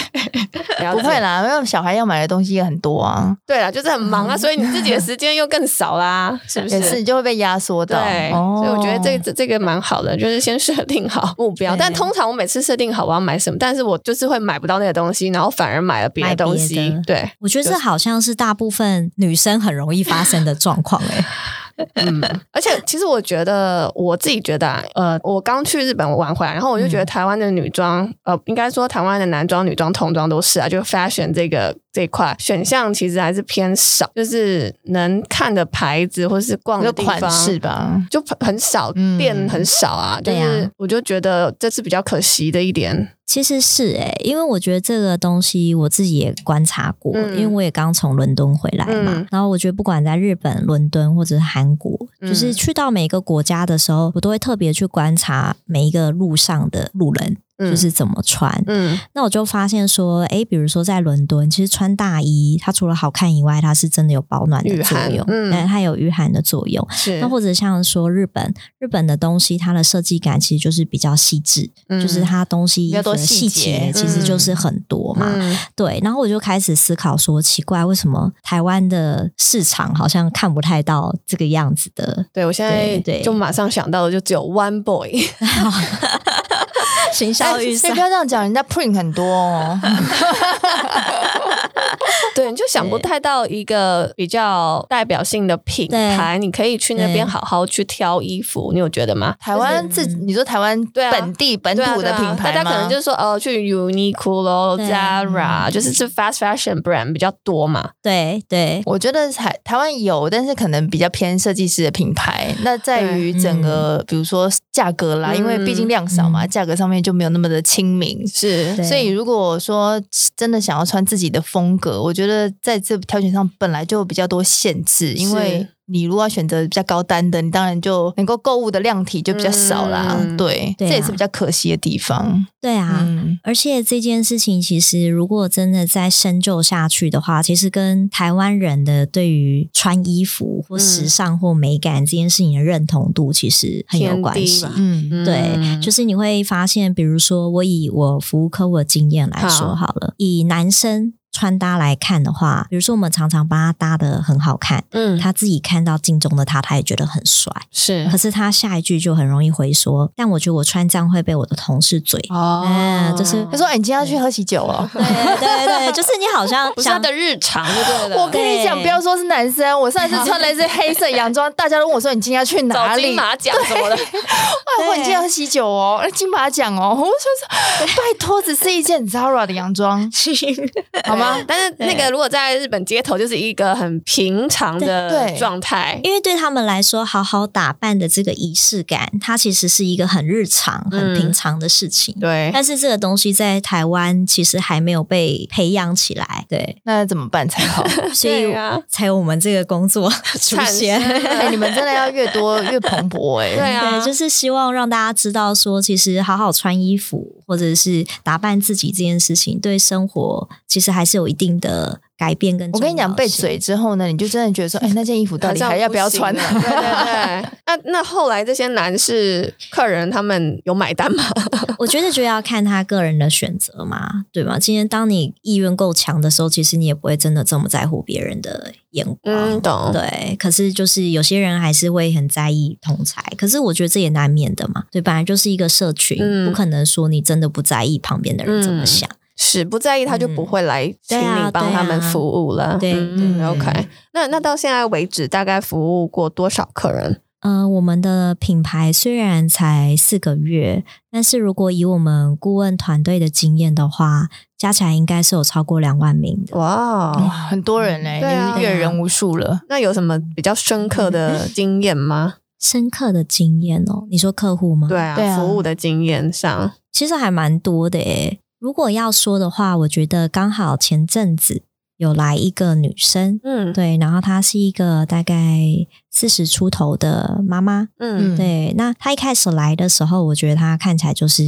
Speaker 2: 了
Speaker 1: 不
Speaker 2: 解
Speaker 1: 会啦，因为小孩要买的东西也很多啊，
Speaker 2: 对啦，就是很忙啊，所以你自己的时间又更少啦，是不
Speaker 1: 也是
Speaker 2: 是
Speaker 1: 你？就会被压缩到。
Speaker 2: 对，
Speaker 1: 哦
Speaker 2: 所以我觉得这这这个蛮好的，就是先设定好目标。
Speaker 3: 对
Speaker 2: 但通常我每次设定好我要买什么，但是我就是会买不到那个东西，然后反而买了别的东西
Speaker 3: 买别的。
Speaker 2: 对，
Speaker 3: 我觉得这好像是大部分女生很容易发生的状况哎、
Speaker 2: 嗯，而且其实我觉得我自己觉得啊，呃，我刚去日本玩回来，然后我就
Speaker 3: 嗯
Speaker 2: 觉得台湾的女装，呃，应该说台湾的男装、女装、童装都是啊，就 fashion 这个这一块选项其实还是偏少，就是能看的牌子或是逛
Speaker 1: 个
Speaker 2: 的地方
Speaker 1: 哦款式吧。
Speaker 2: 就很少，
Speaker 1: 嗯
Speaker 2: 店很少啊，就
Speaker 3: 对啊
Speaker 2: 是我就觉得这是比较可惜的一点。
Speaker 3: 其实是诶、因为我觉得这个东西我自己也观察过，
Speaker 2: 嗯
Speaker 3: 因为我也刚从伦敦回来嘛。
Speaker 2: 嗯
Speaker 3: 然后我觉得不管在日本、伦敦或者是韩国，
Speaker 2: 嗯
Speaker 3: 就是去到每个国家的时候，我都会特别去观察每一个路上的路人，
Speaker 2: 嗯
Speaker 3: 就是怎么穿。
Speaker 2: 嗯
Speaker 3: 那我就发现说，诶，比如说在伦敦，其实穿大衣，它除了好看以外，它是真的有保暖
Speaker 2: 御
Speaker 3: 的作
Speaker 2: 寒
Speaker 3: 用，
Speaker 2: 嗯
Speaker 3: 对，它有御寒的作用。
Speaker 2: 是
Speaker 3: 那或者像说日本，日本的东西它的设计感其实就是比较细致，
Speaker 2: 嗯
Speaker 3: 就是它东西
Speaker 1: 比
Speaker 3: 衣
Speaker 1: 较
Speaker 3: 服
Speaker 1: 多细
Speaker 3: 的细
Speaker 1: 节
Speaker 3: 节其实就是很多嘛。
Speaker 2: 嗯
Speaker 3: 对，然后我就开始思考说，奇怪，为什么台湾的市场好像看不太到这个样子的
Speaker 2: 对我现在
Speaker 3: 对对
Speaker 2: 就马上想到的就只有 One Boy，
Speaker 3: 行销预
Speaker 1: 哎
Speaker 3: 算
Speaker 1: 不？要这样讲，人家 print 很多哦。
Speaker 2: (laughs) 对，你就想不太到一个比较代表性的品牌，你可以去那边
Speaker 3: 对
Speaker 2: 好好去挑衣服，你有觉得吗？
Speaker 1: 台湾自己，你说台湾
Speaker 2: 嗯对啊
Speaker 1: 本地本
Speaker 2: 对啊
Speaker 1: 土的
Speaker 2: 对啊
Speaker 1: 品牌吗，
Speaker 2: 大家可能就是说哦，去 Uniqlo、
Speaker 3: 对
Speaker 2: Zara，就是这 fast fashion brand 比较多嘛。
Speaker 3: 对对
Speaker 1: 我觉得台台湾有，但是可能比较偏设计师的品牌。那在于
Speaker 3: 对嗯
Speaker 1: 整个，比如说价格啦，
Speaker 2: 嗯
Speaker 1: 因为毕竟量少嘛，价格上面就没有那么的亲民。
Speaker 2: 是
Speaker 3: 对
Speaker 1: 所以如果说真的想要穿自己的风格，我觉得在这挑选上本来就比较多限制，因为你如果要选择比较高单的，你当然就能够购物的量体就比较少啦。
Speaker 2: 嗯
Speaker 1: 对，
Speaker 3: 对啊
Speaker 1: 这也是比较可惜的地方。
Speaker 3: 对啊！
Speaker 1: 嗯，
Speaker 3: 而且这件事情，其实如果真的再深究下去的话，其实跟台湾人的对于穿衣服或时尚或美感这件事情的认同度，其实很有关
Speaker 2: 偏低。
Speaker 3: 系
Speaker 2: 吧
Speaker 1: 嗯
Speaker 3: 对，
Speaker 2: 嗯
Speaker 3: 就是你会发现，比如说我以我服务客户的经验来说
Speaker 2: 好
Speaker 3: 好了，以男生穿搭来看的话，比如说我们常常帮他搭的很好看，
Speaker 2: 嗯，
Speaker 3: 他自己看到镜中的他，他也觉得很帅，
Speaker 2: 是
Speaker 3: 可是他下一句就很容易回说，但我觉得我穿这样会被我的同事嘴。
Speaker 2: 哦
Speaker 3: 嗯就是
Speaker 1: 他说：“哎、你今天要去喝喜酒哦。”
Speaker 3: 对对对，就是你好像
Speaker 2: 不是他
Speaker 3: 想
Speaker 2: 的日常，就对了。
Speaker 1: 我跟你讲，
Speaker 3: 对
Speaker 1: 不要说是男生，我上一次穿了一身黑色洋装，大家都问我说你今天要去哪
Speaker 2: (laughs) 找金
Speaker 1: 里？
Speaker 2: 马奖什么的，
Speaker 1: 哎，我你今天要喜酒哦， (laughs) 金马奖哦，我就说拜托，只是一件 Zara 的洋装，好吗？
Speaker 2: 但是那个如果在日本街头，就是一个很平常
Speaker 1: 对
Speaker 2: 的
Speaker 1: 对
Speaker 2: 状态。
Speaker 3: 因为对他们来说，好好打扮的这个仪式感，它其实是一个很日常、
Speaker 2: 嗯
Speaker 3: 很平常的事情。
Speaker 2: (laughs) 对，
Speaker 3: 但是这个东西在台湾其实还没有被培养起来，对，
Speaker 1: 那怎么办才
Speaker 2: (laughs)
Speaker 1: 好？
Speaker 3: 所以
Speaker 2: 对啊
Speaker 3: 才有我们这个工作出
Speaker 2: 产
Speaker 3: 现。
Speaker 2: 生
Speaker 1: 哎，你们真的要越多越蓬勃哎、
Speaker 2: 对啊，
Speaker 3: (laughs) 对，就是希望让大家知道说，其实好好穿衣服或者是打扮自己这件事情，对生活其实还是有一定的改变跟。
Speaker 1: 我跟你讲，被，嘴之后呢，你就真的觉得说，
Speaker 2: (laughs)
Speaker 1: 哎，那件衣服到
Speaker 2: 好
Speaker 1: 底
Speaker 2: 像
Speaker 1: 还要不要穿啊 (laughs)
Speaker 2: 行啊了 (laughs) 对对对，那、那后来这些男士客人他们有买单吗？
Speaker 3: 我觉得就要看他个人的选择嘛，对吗？今天当你意愿够强的时候，其实你也不会真的这么在乎别人的眼光。
Speaker 1: 嗯
Speaker 2: (laughs) 懂。
Speaker 3: 对，可是就是有些人还是会很在意同才，可是我觉得这也难免的嘛，对，本来就是一个社群，
Speaker 2: 嗯
Speaker 3: 不可能说你真的不在意旁边的人怎么想。
Speaker 2: 是不在意他就不会来请
Speaker 3: 对啊
Speaker 2: 你帮他们服务了。
Speaker 3: 对啊对
Speaker 2: 嗯
Speaker 1: 对
Speaker 2: ，OK 那。那到现在为止，大概服务过多少客人？
Speaker 3: 呃，我们的品牌虽然才四个月，但是如果以我们顾问团队的经验的话，加起来应该是有超过两万名的。
Speaker 2: 哇、
Speaker 1: 哇，很多人哎、
Speaker 2: 对啊
Speaker 1: 你们阅人无数了。
Speaker 2: 那有什么比较深刻的经验吗？
Speaker 3: 深刻的经验哦，你说客户吗？
Speaker 2: 对，啊，
Speaker 1: 对啊
Speaker 2: 服务的经验上，
Speaker 3: 其实还蛮多的诶。如果要说的话，我觉得刚好前阵子有来一个女生，
Speaker 2: 嗯，
Speaker 3: 对，然后她是一个大概四十出头的妈妈，
Speaker 2: 嗯
Speaker 1: 嗯
Speaker 3: 对，那她一开始来的时候，我觉得她看起来就是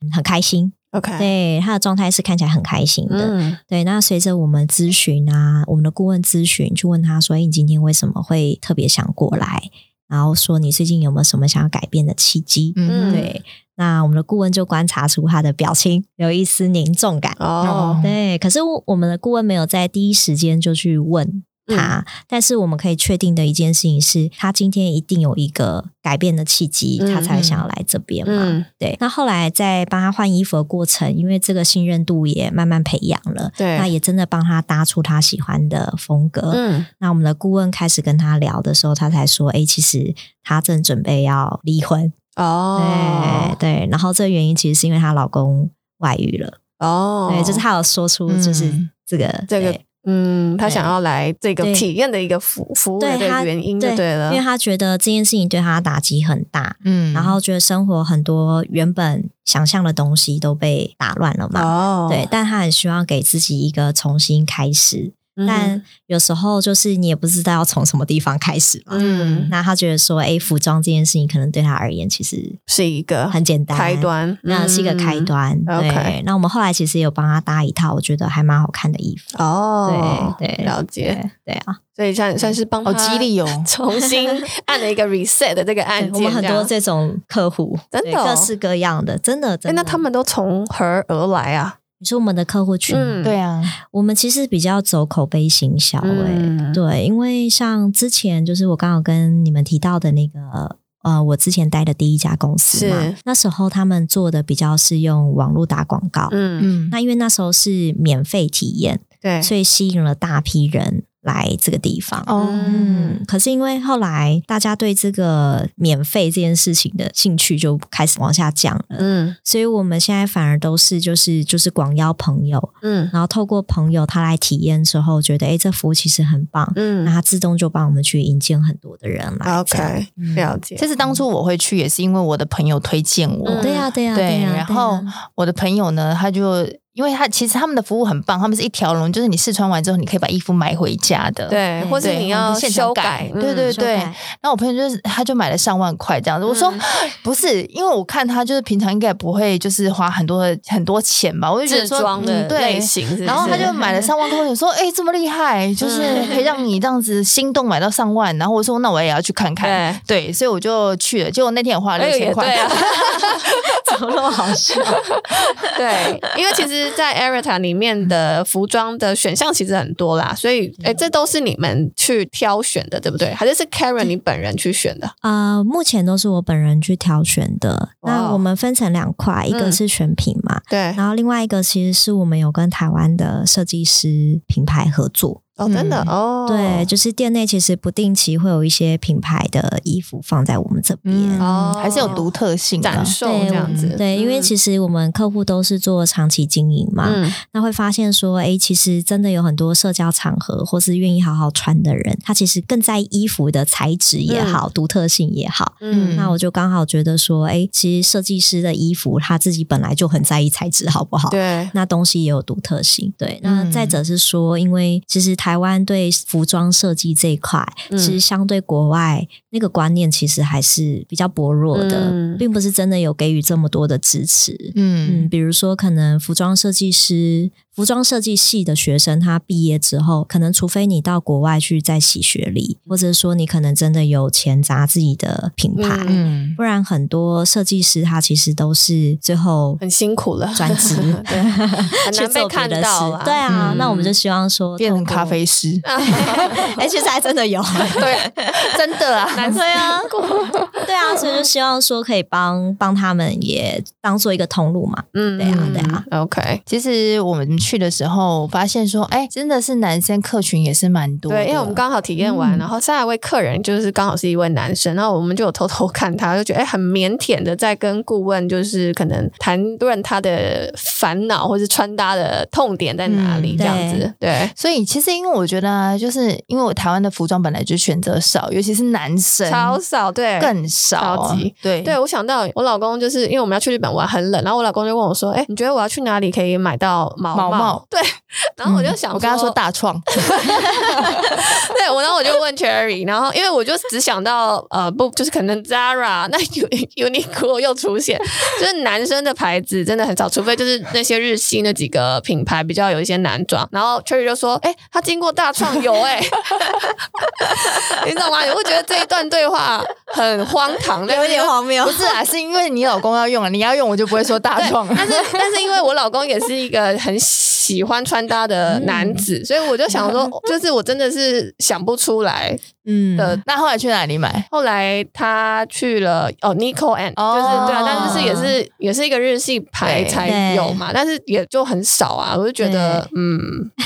Speaker 3: 嗯很开心，
Speaker 2: ，OK，，
Speaker 3: 对，她的状态是看起来很开心的，
Speaker 2: 嗯
Speaker 3: 对。那随着我们咨询啊，我们的顾问咨询去问她说：“哎，你今天为什么会特别想过来？”然后说你最近有没有什么想要改变的契机？
Speaker 1: 嗯，
Speaker 3: 对，那我们的顾问就观察出他的表情有一丝凝重感。
Speaker 2: 哦，
Speaker 1: 嗯
Speaker 3: 对，可是我我们的顾问没有在第一时间就去问
Speaker 2: 嗯
Speaker 3: 他，但是我们可以确定的一件事情是，他今天一定有一个改变的契机，
Speaker 2: 嗯
Speaker 3: 他才想要来这边嘛。对，那后来在帮他换衣服的过程，因为这个信任度也慢慢培养了，
Speaker 2: 对
Speaker 3: 那也真的帮他搭出他喜欢的风格。
Speaker 2: 嗯
Speaker 3: 那我们的顾问开始跟他聊的时候，他才说：“哎、其实他正准备要离婚。
Speaker 2: 哦
Speaker 3: 对对，然后这个原因其实是因为她老公外遇了。
Speaker 2: 哦
Speaker 3: 对，就是他有说出就是
Speaker 1: 嗯
Speaker 3: 这个、
Speaker 2: 这个
Speaker 3: 对
Speaker 2: 嗯，他
Speaker 3: 对
Speaker 2: 想要来这个
Speaker 3: 对
Speaker 2: 体验的一个服服务的
Speaker 3: 对他
Speaker 2: 原因就对了，
Speaker 3: 因为他觉得这件事情对他打击很大，
Speaker 1: 嗯
Speaker 3: 然后觉得生活很多原本想象的东西都被打乱了嘛。
Speaker 2: 哦，
Speaker 3: 对，但他很希望给自己一个重新开始，
Speaker 2: 嗯，
Speaker 3: 但有时候就是你也不知道要从什么地方开始嘛。
Speaker 2: 嗯
Speaker 3: 那他觉得说，哎，服装这件事情可能对他而言其实
Speaker 2: 是一个
Speaker 3: 很简单，
Speaker 2: 开，端，
Speaker 3: 那是一个开
Speaker 2: 嗯
Speaker 3: 端。
Speaker 2: OK
Speaker 3: 对，那我们后来其实有帮他搭一套，我觉得还蛮好看的衣服。
Speaker 2: 哦，
Speaker 3: 对对
Speaker 2: 了解，
Speaker 3: 对对啊，
Speaker 2: 所以算算是帮
Speaker 1: 好
Speaker 2: 他，
Speaker 1: 激励哦
Speaker 2: (laughs) 重新按了一个 reset 的这个按
Speaker 3: (laughs) 对
Speaker 2: 键，
Speaker 3: 我们很
Speaker 2: 这
Speaker 3: 多
Speaker 2: 样
Speaker 3: 这种客户，
Speaker 2: 真的
Speaker 3: 对
Speaker 2: 哦
Speaker 3: 各式各样的，真的
Speaker 2: 哎
Speaker 3: 真的。
Speaker 2: 那他们都从何而来啊？
Speaker 3: 你说我们的客户群，
Speaker 2: 嗯
Speaker 1: 对啊，
Speaker 3: 我们其实比较走口碑行销、哎、
Speaker 2: 嗯
Speaker 3: 对，因为像之前就是我刚好跟你们提到的那个。呃，我之前待的第一家公司嘛
Speaker 2: 是，
Speaker 3: 那时候他们做的比较是用网络打广告，
Speaker 2: 嗯，
Speaker 1: 嗯，
Speaker 3: 那因为那时候是免费体验，
Speaker 2: 对，
Speaker 3: 所以吸引了大批人来这个地方。
Speaker 1: 哦，
Speaker 3: 嗯，可是因为后来大家对这个免费这件事情的兴趣就开始往下降了，
Speaker 2: 嗯
Speaker 3: 所以我们现在反而都是就是就是广邀朋友，
Speaker 2: 嗯
Speaker 3: 然后透过朋友他来体验之后，觉得诶这服务其实很棒，那
Speaker 2: 嗯
Speaker 3: 他自动就帮我们去引荐很多的人来。啊这样
Speaker 2: ，OK，
Speaker 1: 嗯
Speaker 2: 了解，
Speaker 1: 其实当初我会去也是因为我的朋友推荐我，
Speaker 2: 嗯
Speaker 3: 对呀、对呀、啊
Speaker 1: 对
Speaker 3: 呀、
Speaker 1: 然后
Speaker 3: 对呀
Speaker 1: 我的朋友呢，他就因为他其实他们的服务很棒，他们是一条龙，就是你试穿完之后，你可以把衣服买回家的。。
Speaker 2: 对，或是
Speaker 1: 对
Speaker 2: 你
Speaker 1: 我们
Speaker 2: 要
Speaker 1: 现场
Speaker 2: 修
Speaker 1: 改
Speaker 2: 改，
Speaker 1: 对对
Speaker 3: 修改
Speaker 1: 然后我朋友就是，他就买了上万块这样子。我说、
Speaker 2: 嗯
Speaker 1: (laughs) 不是，因为我看他就是平常应该也不会就是花很多的很多钱吧，我就觉得
Speaker 2: 自
Speaker 1: 说
Speaker 2: 装
Speaker 1: 嗯
Speaker 2: 的类
Speaker 1: 对。
Speaker 2: 型是不是，
Speaker 1: 然后他就买了上万块，我想说，哎、这么厉害，就是
Speaker 2: 嗯 (laughs)
Speaker 1: 可以让你这样子心动买到上万。然后我说，那我也要去看看。
Speaker 2: 对。
Speaker 1: 对，所以我就去了。结果那天我花了
Speaker 2: 哎
Speaker 1: 六
Speaker 2: 呦
Speaker 1: 千
Speaker 2: 也
Speaker 1: 块，
Speaker 2: 对啊，
Speaker 3: 怎么那么好笑？
Speaker 2: 对，因为其实，在 Erita 里面的服装的选项其实很多啦，所以，哎，这都是你们去挑选的，对不对？还是是 Karen 你本人去选的？
Speaker 3: 呃，目前都是我本人去挑选的。
Speaker 2: 哇
Speaker 3: 那我们分成两块，一个
Speaker 2: 嗯
Speaker 3: 是选品嘛，
Speaker 2: 对，
Speaker 3: 然后另外一个其实是我们有跟台湾的设计师品牌合作。
Speaker 2: 哦，真的
Speaker 1: 嗯
Speaker 2: 哦，
Speaker 3: 对，就是店内其实不定期会有一些品牌的衣服放在我们这边。
Speaker 1: 嗯，
Speaker 2: 哦
Speaker 1: 还是有独特性啊的、
Speaker 2: 展售
Speaker 3: 对
Speaker 2: 这样子，
Speaker 3: 对，因为其
Speaker 2: 实
Speaker 3: 实我啊们客户都是做长期经营嘛，
Speaker 2: 嗯
Speaker 3: 那会发现说，哎，其实真的有很多社交场合或是愿意好好穿的人，他其实更在意衣服的材质也好、独特性也好。
Speaker 2: 嗯
Speaker 3: 那我就刚好觉得说，哎，其实设计师的衣服他自己本来就很在意材质，好不好？
Speaker 2: 对，
Speaker 3: 那东西也有独特性，对。那
Speaker 1: 嗯
Speaker 3: 再者是说，因为其实台湾对服装设计这一块，
Speaker 2: 嗯
Speaker 3: 其实相对国外那个观念其实还是比较薄弱的，
Speaker 2: 嗯
Speaker 3: 并不是真的有给予这么多的支持。
Speaker 1: 嗯
Speaker 3: 嗯，比如说，可能服装设计师、服装设计系的学生，他毕业之后，可能除非你到国外去再洗学历，
Speaker 2: 嗯
Speaker 3: 或者说你可能真的有钱砸自己的品牌，
Speaker 2: 嗯
Speaker 1: 嗯
Speaker 3: 不然很多设计师他其实都是最后
Speaker 2: 很辛苦了，
Speaker 3: 转职
Speaker 2: 对， (laughs) 很
Speaker 3: 去
Speaker 2: 难被
Speaker 3: 做
Speaker 2: 看
Speaker 3: 别的
Speaker 2: 到
Speaker 3: 事
Speaker 2: 啦。
Speaker 3: 对啊，
Speaker 1: 嗯
Speaker 3: 那我们就希望说
Speaker 1: 变成咖，啡师。
Speaker 3: (laughs)
Speaker 2: 啊
Speaker 3: 哎，其实还真的有，
Speaker 2: (laughs)
Speaker 3: (laughs)
Speaker 2: 对，
Speaker 1: 真的啊，
Speaker 2: 难对啊，
Speaker 3: 对啊，所以就希望说可以帮帮他们也当做一个通路嘛，
Speaker 2: 嗯，
Speaker 3: 对啊，对啊，
Speaker 2: ，OK，
Speaker 1: 其实我们去的时候发现说，哎、真的是男生客群也是蛮多的。
Speaker 2: 对，因为我们刚好体验完，
Speaker 3: 嗯
Speaker 2: 然后下一位客人就是刚好是一位男生，然后我们就有偷偷看他，就觉得哎，很腼腆的在跟顾问就是可能谈论他的烦恼或是穿搭的痛点在哪里
Speaker 1: 嗯
Speaker 2: 这样子，对，
Speaker 1: 所以其实因为我觉得、啊，就是因为我台湾的服装本来就选择少，尤其是男生
Speaker 2: 超少，对，
Speaker 1: 更少，啊
Speaker 2: 超级
Speaker 1: 对
Speaker 2: 对，我想到我老公就是因为我们要去日本玩很冷，然后我老公就问我说：“哎、你觉得我要去哪里可以买到毛
Speaker 1: 毛毛
Speaker 2: (laughs) 对，然后我就
Speaker 1: 嗯
Speaker 2: 想、 (laughs)
Speaker 1: 我跟他说，大创，
Speaker 3: (laughs)
Speaker 2: 对我我然后我就问 Cherry，然后因为我就只想到呃不，就是可能 Zara (laughs) 那 U Uniqlo 又出现， (laughs) 就是男生的牌子真的很少，除非就是那些日系那几个品牌比较有一些男装。然后 Cherry 就说：“哎、他经过大创有哎、 (laughs) 你懂吗？”你会觉得这一段对话很荒唐，但是
Speaker 3: 有点荒谬
Speaker 1: 不。是啊，是因为你老公要用啊，你要用我就不会说大
Speaker 2: (laughs) 对，
Speaker 1: 壮。
Speaker 2: 但是但是因为我老公也是一个很喜欢穿搭的男子，所以我就想
Speaker 3: (laughs)
Speaker 2: 说，就是我真的是想不出来。
Speaker 3: 嗯，
Speaker 1: 呃，那后来去哪里买？
Speaker 2: 后来他去了哦 n i c o and，、
Speaker 1: 哦
Speaker 2: 就是对啊，但就是也是也是一个日系牌
Speaker 1: 对
Speaker 2: 才有嘛，但是也就很少啊。我就觉得嗯，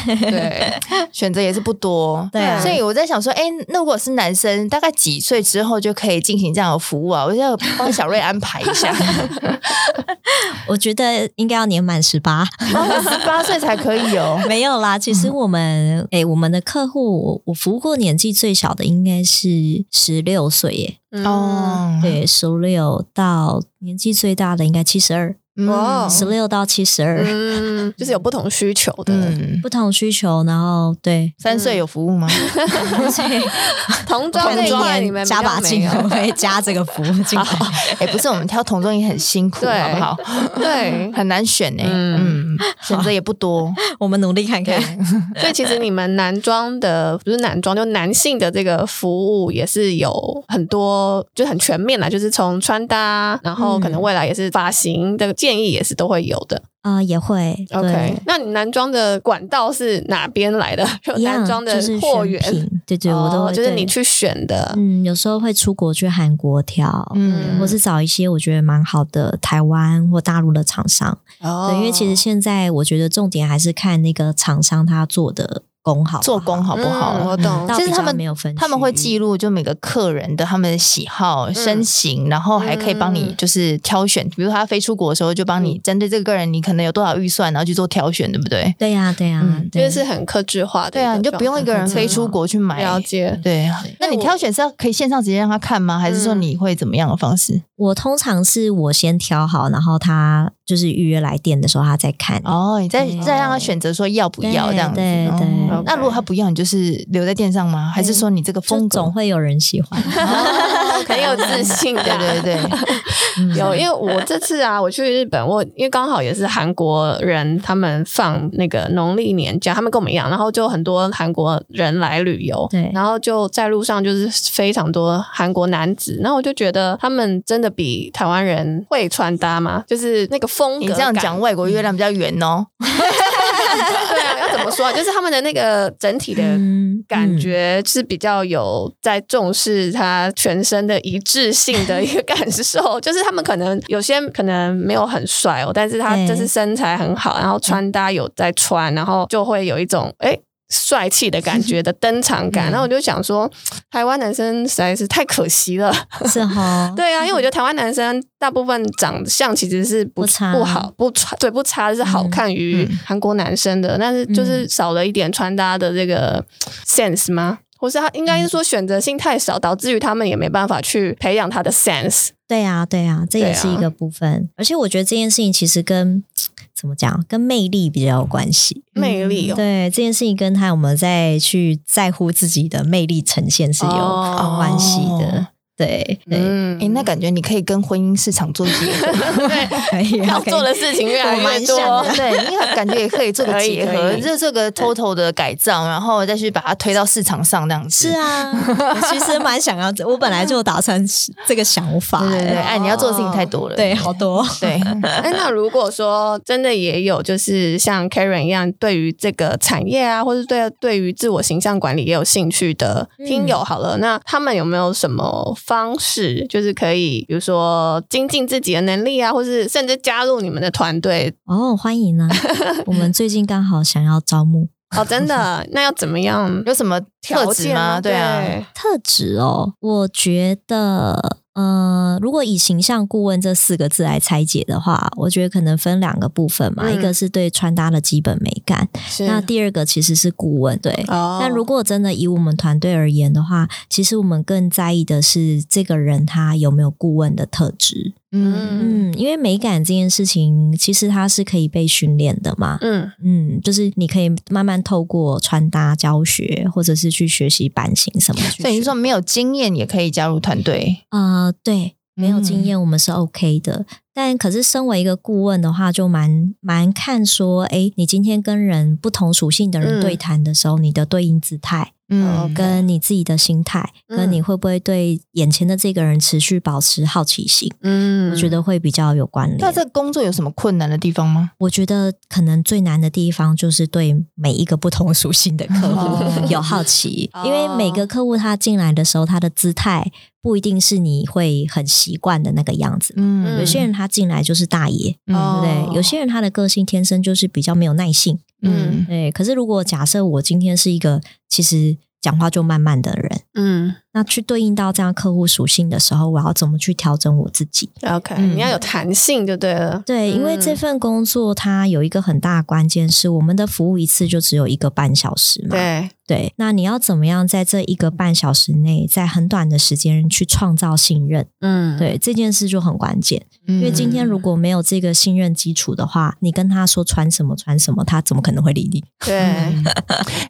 Speaker 2: 对，
Speaker 1: 选择也是不多，
Speaker 3: 对啊
Speaker 1: 所以我在想说，哎、那如果是男生，大概几岁之后就可以进行这样的服务啊？我要帮小瑞安排一 (laughs) 下，
Speaker 3: 我觉得应该要年满十八。 (laughs)
Speaker 1: 哦十八岁才可以哦。
Speaker 3: 没有啦，其实我们诶、我们的客户，我我服务过年纪最小的应该是十六岁耶，
Speaker 2: 哦，
Speaker 1: 嗯
Speaker 3: 对，十六到年纪最大的应该七十二，
Speaker 1: 嗯
Speaker 2: 哇哦
Speaker 3: 十六到七十二，
Speaker 2: 嗯，就是有不同需求的，
Speaker 1: 嗯，，
Speaker 3: 不同需求，然后对 (laughs)
Speaker 1: 三岁有服务 (laughs) 吗？
Speaker 3: 所以
Speaker 2: 童装这
Speaker 3: 童
Speaker 2: 一块你
Speaker 3: 装
Speaker 2: 们比
Speaker 3: 加
Speaker 2: 较
Speaker 3: 把
Speaker 2: 没
Speaker 3: 劲，哦
Speaker 2: 有。
Speaker 3: 我会 (laughs) 加这个
Speaker 2: (laughs)
Speaker 3: 服务进来。
Speaker 1: 哎、不是，我们挑童装也很辛苦，
Speaker 2: 对
Speaker 1: 好不好？
Speaker 2: 对，
Speaker 1: 很难选呢、
Speaker 2: 嗯
Speaker 1: 嗯，选择也不 (laughs) 多。
Speaker 3: (laughs) 我们努力看看。
Speaker 2: 所以其实你们男装的不是男装，就男性的这个服务也是有很多，就很全面啦，就是从穿搭，然后可能未来也是发型的建议也是都会有的。
Speaker 3: 啊、也会
Speaker 2: OK，
Speaker 3: 对
Speaker 2: 那你男装的管道是哪边来的？ (laughs) 有
Speaker 3: 一样
Speaker 2: 男装的
Speaker 3: 就是
Speaker 2: 货
Speaker 3: 选
Speaker 2: 源，
Speaker 3: 品对对，我都
Speaker 2: 哦
Speaker 3: 会
Speaker 2: 就是你
Speaker 3: 对
Speaker 2: 去选的。
Speaker 3: 嗯，有时候会出国去韩国挑，
Speaker 1: 嗯
Speaker 3: 或是找一些我觉得蛮好的台湾或大陆的厂商。
Speaker 2: 哦
Speaker 3: 对，因为其实现在我觉得重点还是看那个厂商他做的工好不好
Speaker 1: 做工好不好？
Speaker 2: 嗯我懂
Speaker 3: 倒
Speaker 1: 其实
Speaker 3: 比
Speaker 1: 他
Speaker 3: 较
Speaker 1: 们
Speaker 3: 没有分区域，
Speaker 1: 他们会记录就每个客人的他们的喜好、身形，然后还可以帮你
Speaker 2: 嗯
Speaker 1: 就是挑选，比如他飞出国的时候，就帮你针对这个个人，你可能有多少预算，然后去做挑选，对不对？
Speaker 3: 对呀、对呀、
Speaker 1: 嗯
Speaker 2: 因
Speaker 3: 对
Speaker 2: 为是很克制化的一个
Speaker 1: 对
Speaker 2: 状
Speaker 1: 啊，
Speaker 2: 态，
Speaker 1: 你就不用一个人飞出国去买。
Speaker 2: 了解。
Speaker 3: (laughs)
Speaker 1: 对啊，那你挑选是要可以线上直接让他看吗？还是说
Speaker 2: 嗯
Speaker 1: 你会怎么样的方式？
Speaker 3: 我通常是我先挑好，然后他就是预约来店的时候他再看。
Speaker 1: 哦，你再
Speaker 3: 对
Speaker 1: 再让他选择说要不要这样子。
Speaker 3: 嗯对
Speaker 1: 哦
Speaker 3: 对对
Speaker 1: 那如果他不要，你就是留在店上吗？还是说你这个
Speaker 3: 就
Speaker 1: 风格
Speaker 3: 总会有人
Speaker 2: (laughs)
Speaker 3: 喜欢，
Speaker 2: 哦很有自信的，
Speaker 1: 对对对，(laughs)
Speaker 3: 嗯
Speaker 2: 有，因为我这次啊，我去日本，我因为刚好也是韩国人，他们放那个农历年假，他们跟我们一样，然后就很多韩国人来旅游，
Speaker 3: 对
Speaker 2: 然后就在路上就是非常多韩国男子，然后我就觉得他们真的比台湾人会穿搭吗？就是那个风格
Speaker 1: 你
Speaker 2: 感，
Speaker 1: 这样讲，外国月亮比较圆哦。
Speaker 2: (laughs) 对啊，要怎么说啊？就是他们的那个整体
Speaker 1: (laughs)
Speaker 2: 的
Speaker 3: 嗯
Speaker 2: 感觉是比较有在重视他全身的一致性的一个感受， (laughs) 就是他们可能有些可能没有很帅哦，但是他
Speaker 3: 对嗯
Speaker 2: 就是身材很好，然后穿搭有在穿，然后就会有一种哎。诶帅气的感觉的登场
Speaker 3: (laughs)
Speaker 2: 感，
Speaker 3: 嗯
Speaker 2: 然后我就想说，台湾男生实在是太可惜了。
Speaker 3: 嗯是哈，
Speaker 2: (laughs) 对啊，因为我觉得台湾男生大部分长相其实是不
Speaker 3: 嗯不差嗯
Speaker 2: 不好不差，对不差是好看于韩国男生的，但是就是少了一点穿搭的这个 sense 吗？或是他应该是说选择性太少，导致于他们也没办法去培养他的 sense。
Speaker 3: 对呀，对呀，这
Speaker 2: 对
Speaker 3: 也
Speaker 2: 啊
Speaker 3: 是一个部分。而且我觉得这件事情其实跟怎么讲，跟魅力比较有关系。
Speaker 2: 魅力哦
Speaker 3: 嗯对这件事情，跟他有没有在去在乎自己的魅力呈现是有
Speaker 2: 哦
Speaker 3: 关系的。
Speaker 1: 哦
Speaker 3: 对对，
Speaker 2: 嗯
Speaker 1: 诶，
Speaker 2: (laughs)
Speaker 1: 那感觉你可以跟婚姻市场做结合， (laughs)
Speaker 3: (laughs) 可以
Speaker 2: (laughs)
Speaker 3: 啊
Speaker 2: 要
Speaker 3: 可以
Speaker 2: 做的事情越来
Speaker 3: 我蛮
Speaker 2: 越
Speaker 3: 想
Speaker 2: 多
Speaker 3: 的。
Speaker 1: 对，你感觉也可以做 (laughs) 个
Speaker 2: 可以
Speaker 1: 结
Speaker 2: 可
Speaker 1: 合，
Speaker 2: 以
Speaker 1: 就做个 total 的改造，然后再去把它推到市场上这样子。
Speaker 3: 是啊，我其实蛮想要，我本来就打算是这个想法。
Speaker 1: 对对对，哎，你要做的事情太多了。
Speaker 3: 对好
Speaker 2: (laughs)
Speaker 3: 多。
Speaker 1: (laughs) 对，
Speaker 2: 哎，那如果说真的也有，就是像 Karen 一样，对于这个产业啊，或是对对于自我形象管理也有兴趣的
Speaker 3: 嗯
Speaker 2: 听友，好了，那他们有没有什么方式，就是可以，比如说精进自己的能力啊，或是甚至加入你们的团队？
Speaker 3: 哦，欢迎呢、我们最近刚好想要招募
Speaker 2: 哦，真的，那要怎么
Speaker 3: (laughs)
Speaker 2: 样
Speaker 1: 有什么特
Speaker 2: 调
Speaker 1: 质
Speaker 2: 节
Speaker 1: 吗？对啊，，
Speaker 3: 特质哦。我觉得，呃，如果以形象顾问这四个字来拆解的话，我觉得可能分两个部分嘛，
Speaker 2: 嗯
Speaker 3: 一个是对穿搭的基本美感，
Speaker 2: 是
Speaker 3: 那第二个其实是顾问，对。
Speaker 2: 哦，
Speaker 3: 但如果真的以我们团队而言的话，其实我们更在意的是这个人他有没有顾问的特质。
Speaker 1: 嗯
Speaker 3: 嗯，因为美感这件事情，其实它是可以被训练的嘛。
Speaker 2: 嗯
Speaker 3: 嗯，就是你可以慢慢透过穿搭教学，或者是去学习版型什么去学。
Speaker 1: 所以
Speaker 2: 嗯
Speaker 1: 你说没有经验也可以加入团队，
Speaker 3: 呃，对，没有
Speaker 1: 嗯
Speaker 3: 经验我们是 OK 的，但可是身为一个顾问的话，就蛮蛮看说，哎，你今天跟人不同属性的
Speaker 2: 嗯
Speaker 3: 人对谈的时候，你的对应姿态，
Speaker 1: 嗯，
Speaker 3: 哦跟你自己的心态，
Speaker 2: 嗯
Speaker 3: 跟你会不会对眼前的这个人持续保持好奇心，
Speaker 2: 嗯
Speaker 3: 我觉得会比较有关联。
Speaker 1: 那这工作有什么困难的地方吗？
Speaker 3: 我觉得可能最难的地方就是对每一个不同属性的客
Speaker 1: 哦
Speaker 3: 户有好奇，
Speaker 2: 哦
Speaker 3: 因为每个客户他进来的时候，他的姿态不一定是你会很习惯的那个样子。
Speaker 1: 嗯
Speaker 3: 有些人哦他进来就是大爷，对
Speaker 1: 嗯
Speaker 3: 不对？有些人他的个性天生就是比较没有耐性，
Speaker 1: 嗯
Speaker 3: 对。可是如果假设我今天是一个其实讲话就慢慢的人，
Speaker 2: 嗯
Speaker 3: 那去对应到这样客户属性的时候，我要怎么去调整我自己？
Speaker 2: ，OK，
Speaker 1: 嗯
Speaker 2: 你要有弹性就对了。
Speaker 3: 对，因为这
Speaker 2: 嗯
Speaker 3: 份工作它有一个很大的关键是，我们的服务一次就只有一个半小时嘛。
Speaker 2: 对，
Speaker 3: 对那你要怎么样在这一个半小时内，在很短的时间去创造信任？
Speaker 2: 嗯，
Speaker 3: 对这件事就很关键，
Speaker 1: 因
Speaker 3: 因为今天如果没有这个信任基础的话，你跟他说穿什么穿什么，他怎么可能会理你？
Speaker 1: (laughs)
Speaker 2: 对，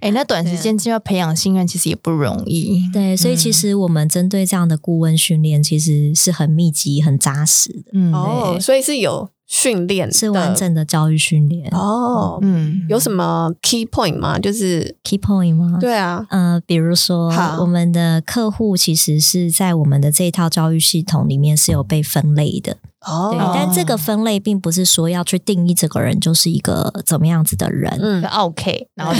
Speaker 1: 哎，那短时间就要培养信任，其实也不容易。
Speaker 3: 对，所以其实我们针对这样的顾问训练，其实是很密集、很扎实的，
Speaker 1: 嗯，
Speaker 2: 哦，所以是有训练的，
Speaker 3: 是完整的教育训练。
Speaker 2: 哦。
Speaker 1: 嗯，
Speaker 2: 有什么 key point 吗？就是，
Speaker 3: Key point 吗？
Speaker 2: 对啊，
Speaker 3: 呃，比如说
Speaker 2: 好，
Speaker 3: 我们的客户其实是在我们的这一套教育系统里面是有被分类的，对。
Speaker 2: 哦，
Speaker 3: 但这个分类并不是说要去定义这个人就是一个怎么样子的人，
Speaker 2: 嗯
Speaker 1: OK，然后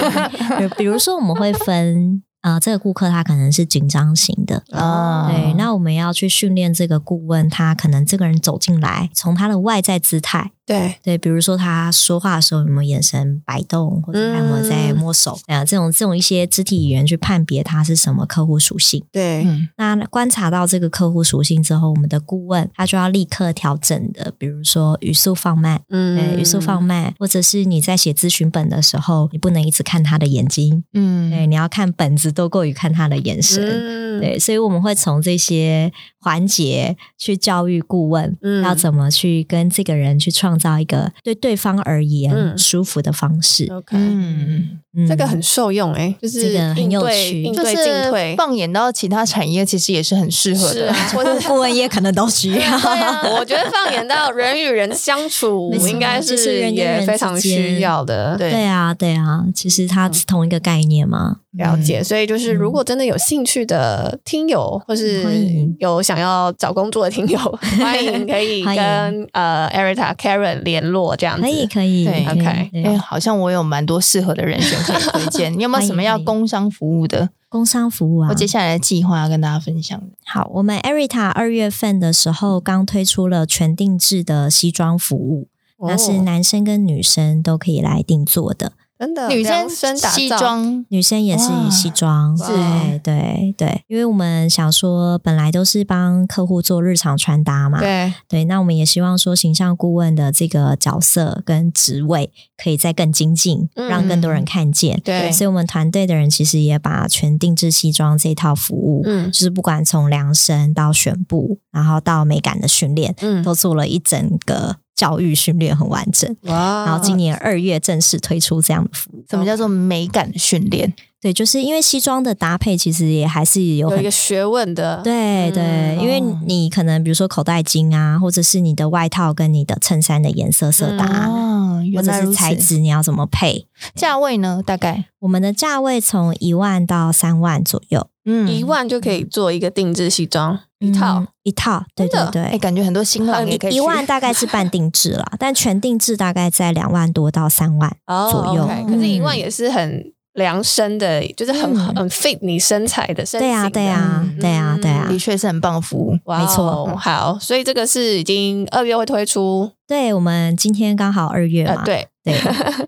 Speaker 3: 比比如说我们会分，呃，这个顾客他可能是紧张型的。
Speaker 1: 啊，
Speaker 3: 对，那我们要去训练这个顾问，他可能这个人走进来，从他的外在姿态，
Speaker 2: 对，
Speaker 3: 对，比如说他说话的时候有没有眼神摆动，或者他有没有在摸手，啊、这种这种一些肢体语言去判别他是什么客户属性。
Speaker 2: 对，
Speaker 1: 嗯
Speaker 3: 那观察到这个客户属性之后，我们的顾问他就要立刻调整的，比如说语速放慢，对，
Speaker 2: 嗯
Speaker 3: 语速放慢，或者是你在写咨询本的时候，你不能一直看他的眼睛，
Speaker 1: 嗯
Speaker 3: 对，你要看本子多过于看他的眼神。
Speaker 2: 嗯，
Speaker 3: 对，所以我们会从这些环节去教育顾问，
Speaker 2: 嗯
Speaker 3: 要怎么去跟这个人去创造一个对对方而言
Speaker 2: 嗯
Speaker 3: 舒服的方式。
Speaker 2: ，OK，
Speaker 1: 嗯，
Speaker 3: 嗯
Speaker 2: 这个很受用哎，就是
Speaker 3: 这个很
Speaker 2: 应
Speaker 3: 有
Speaker 2: 对
Speaker 3: 趣
Speaker 2: 应
Speaker 1: 就
Speaker 2: 对进退
Speaker 1: 是放眼到其他产业，其实也是很适合
Speaker 2: 是
Speaker 1: 的
Speaker 2: 啊。，或
Speaker 3: (laughs)
Speaker 2: 者
Speaker 3: 顾问业可能都需要。
Speaker 2: 对啊，我觉得放眼到人与人相处
Speaker 3: 没，错
Speaker 2: 应该
Speaker 3: 就是人跟
Speaker 2: 也
Speaker 3: 人
Speaker 2: 非常
Speaker 3: 之间
Speaker 2: 需要的。
Speaker 1: (laughs) 对
Speaker 3: 对啊，对啊，其实
Speaker 2: 嗯
Speaker 3: 它是同一个概念嘛。
Speaker 2: 了
Speaker 3: 嗯
Speaker 2: 解，所以就是如果真的有兴趣的听友，或是
Speaker 3: 欢迎
Speaker 2: 有想要找工作的
Speaker 3: (laughs)
Speaker 2: 听友，欢迎可以
Speaker 3: 欢迎
Speaker 2: 跟呃 Erita Karen 联络这样子。
Speaker 3: 可以，可以
Speaker 1: 对
Speaker 3: 可以
Speaker 2: OK
Speaker 3: 对啊
Speaker 1: 哎，好像我有蛮多适合的人选可以推荐。你有没有什么要工商服务的？
Speaker 3: 工商服务啊
Speaker 1: 我。接下来的计划要跟大家分享的。
Speaker 3: 好，我们 Erita 二月份的时候刚推出了全定制的西装服务，
Speaker 2: 哦
Speaker 3: 那是男生跟女生都可以来定做的，
Speaker 2: 真的
Speaker 1: 女生
Speaker 2: 量嗯身打造
Speaker 1: 西，装，
Speaker 3: 女生也是
Speaker 1: 哇
Speaker 3: 西装。
Speaker 2: 是
Speaker 3: 对对对，因为我们想说，本来都是帮客户做日常穿搭嘛，
Speaker 2: 对，
Speaker 3: 对，那我们也希望说形象顾问的这个角色跟职位可以再更精进，
Speaker 2: 嗯
Speaker 3: 让更多人看见。
Speaker 2: 对
Speaker 3: 所以我们团队的人其实也把全定制西装这套服务，
Speaker 2: 嗯
Speaker 3: 就是不管从量身到选布，然后到美感的训练，
Speaker 2: 嗯，
Speaker 3: 都做了一整个教育训练，很完整。
Speaker 2: 哇
Speaker 3: 然后今年二月正式推出这样的服务，
Speaker 1: 什么叫做美感训练？
Speaker 3: 对，就是因为西装的搭配其实也还是
Speaker 2: 有
Speaker 3: 有很
Speaker 2: 一个学问的，
Speaker 3: 对对，因为
Speaker 1: 哦
Speaker 3: 你可能比如说口袋巾啊，或者是你的外套跟你的衬衫的颜色色搭，
Speaker 1: 啊，
Speaker 3: 或
Speaker 1: 原
Speaker 3: 者
Speaker 1: 来
Speaker 3: 是
Speaker 1: 如
Speaker 3: 材
Speaker 1: 此。
Speaker 3: 质，你要怎么配？
Speaker 1: 价位呢？大概
Speaker 3: 我们的价位从一万到三万左右，
Speaker 1: 嗯
Speaker 2: 一。万就可以做一个定制西装一
Speaker 3: 嗯
Speaker 2: 套，
Speaker 3: 一套，对
Speaker 2: 真
Speaker 3: 对
Speaker 2: 的
Speaker 1: 哎，
Speaker 3: 对。
Speaker 1: 感觉很多新郎也可以
Speaker 3: 一
Speaker 1: 去
Speaker 3: 万大概是半定制啦，但全定制大概在两万多到三万。
Speaker 2: 哦
Speaker 3: 左右
Speaker 2: OK，可是
Speaker 3: 嗯
Speaker 2: 一万也是很量身的，就是很
Speaker 3: 嗯
Speaker 2: 很 fit 你身材的身形的。
Speaker 3: 对呀、对呀、
Speaker 1: 嗯
Speaker 3: 对呀、对啊呀、
Speaker 1: 的确是很棒的服务。
Speaker 2: 哇哦
Speaker 3: 没错嗯
Speaker 2: 好，所以这个是已经二月会推出，
Speaker 3: 对我们今天刚好二月嘛，
Speaker 2: 呃，对，
Speaker 3: 对，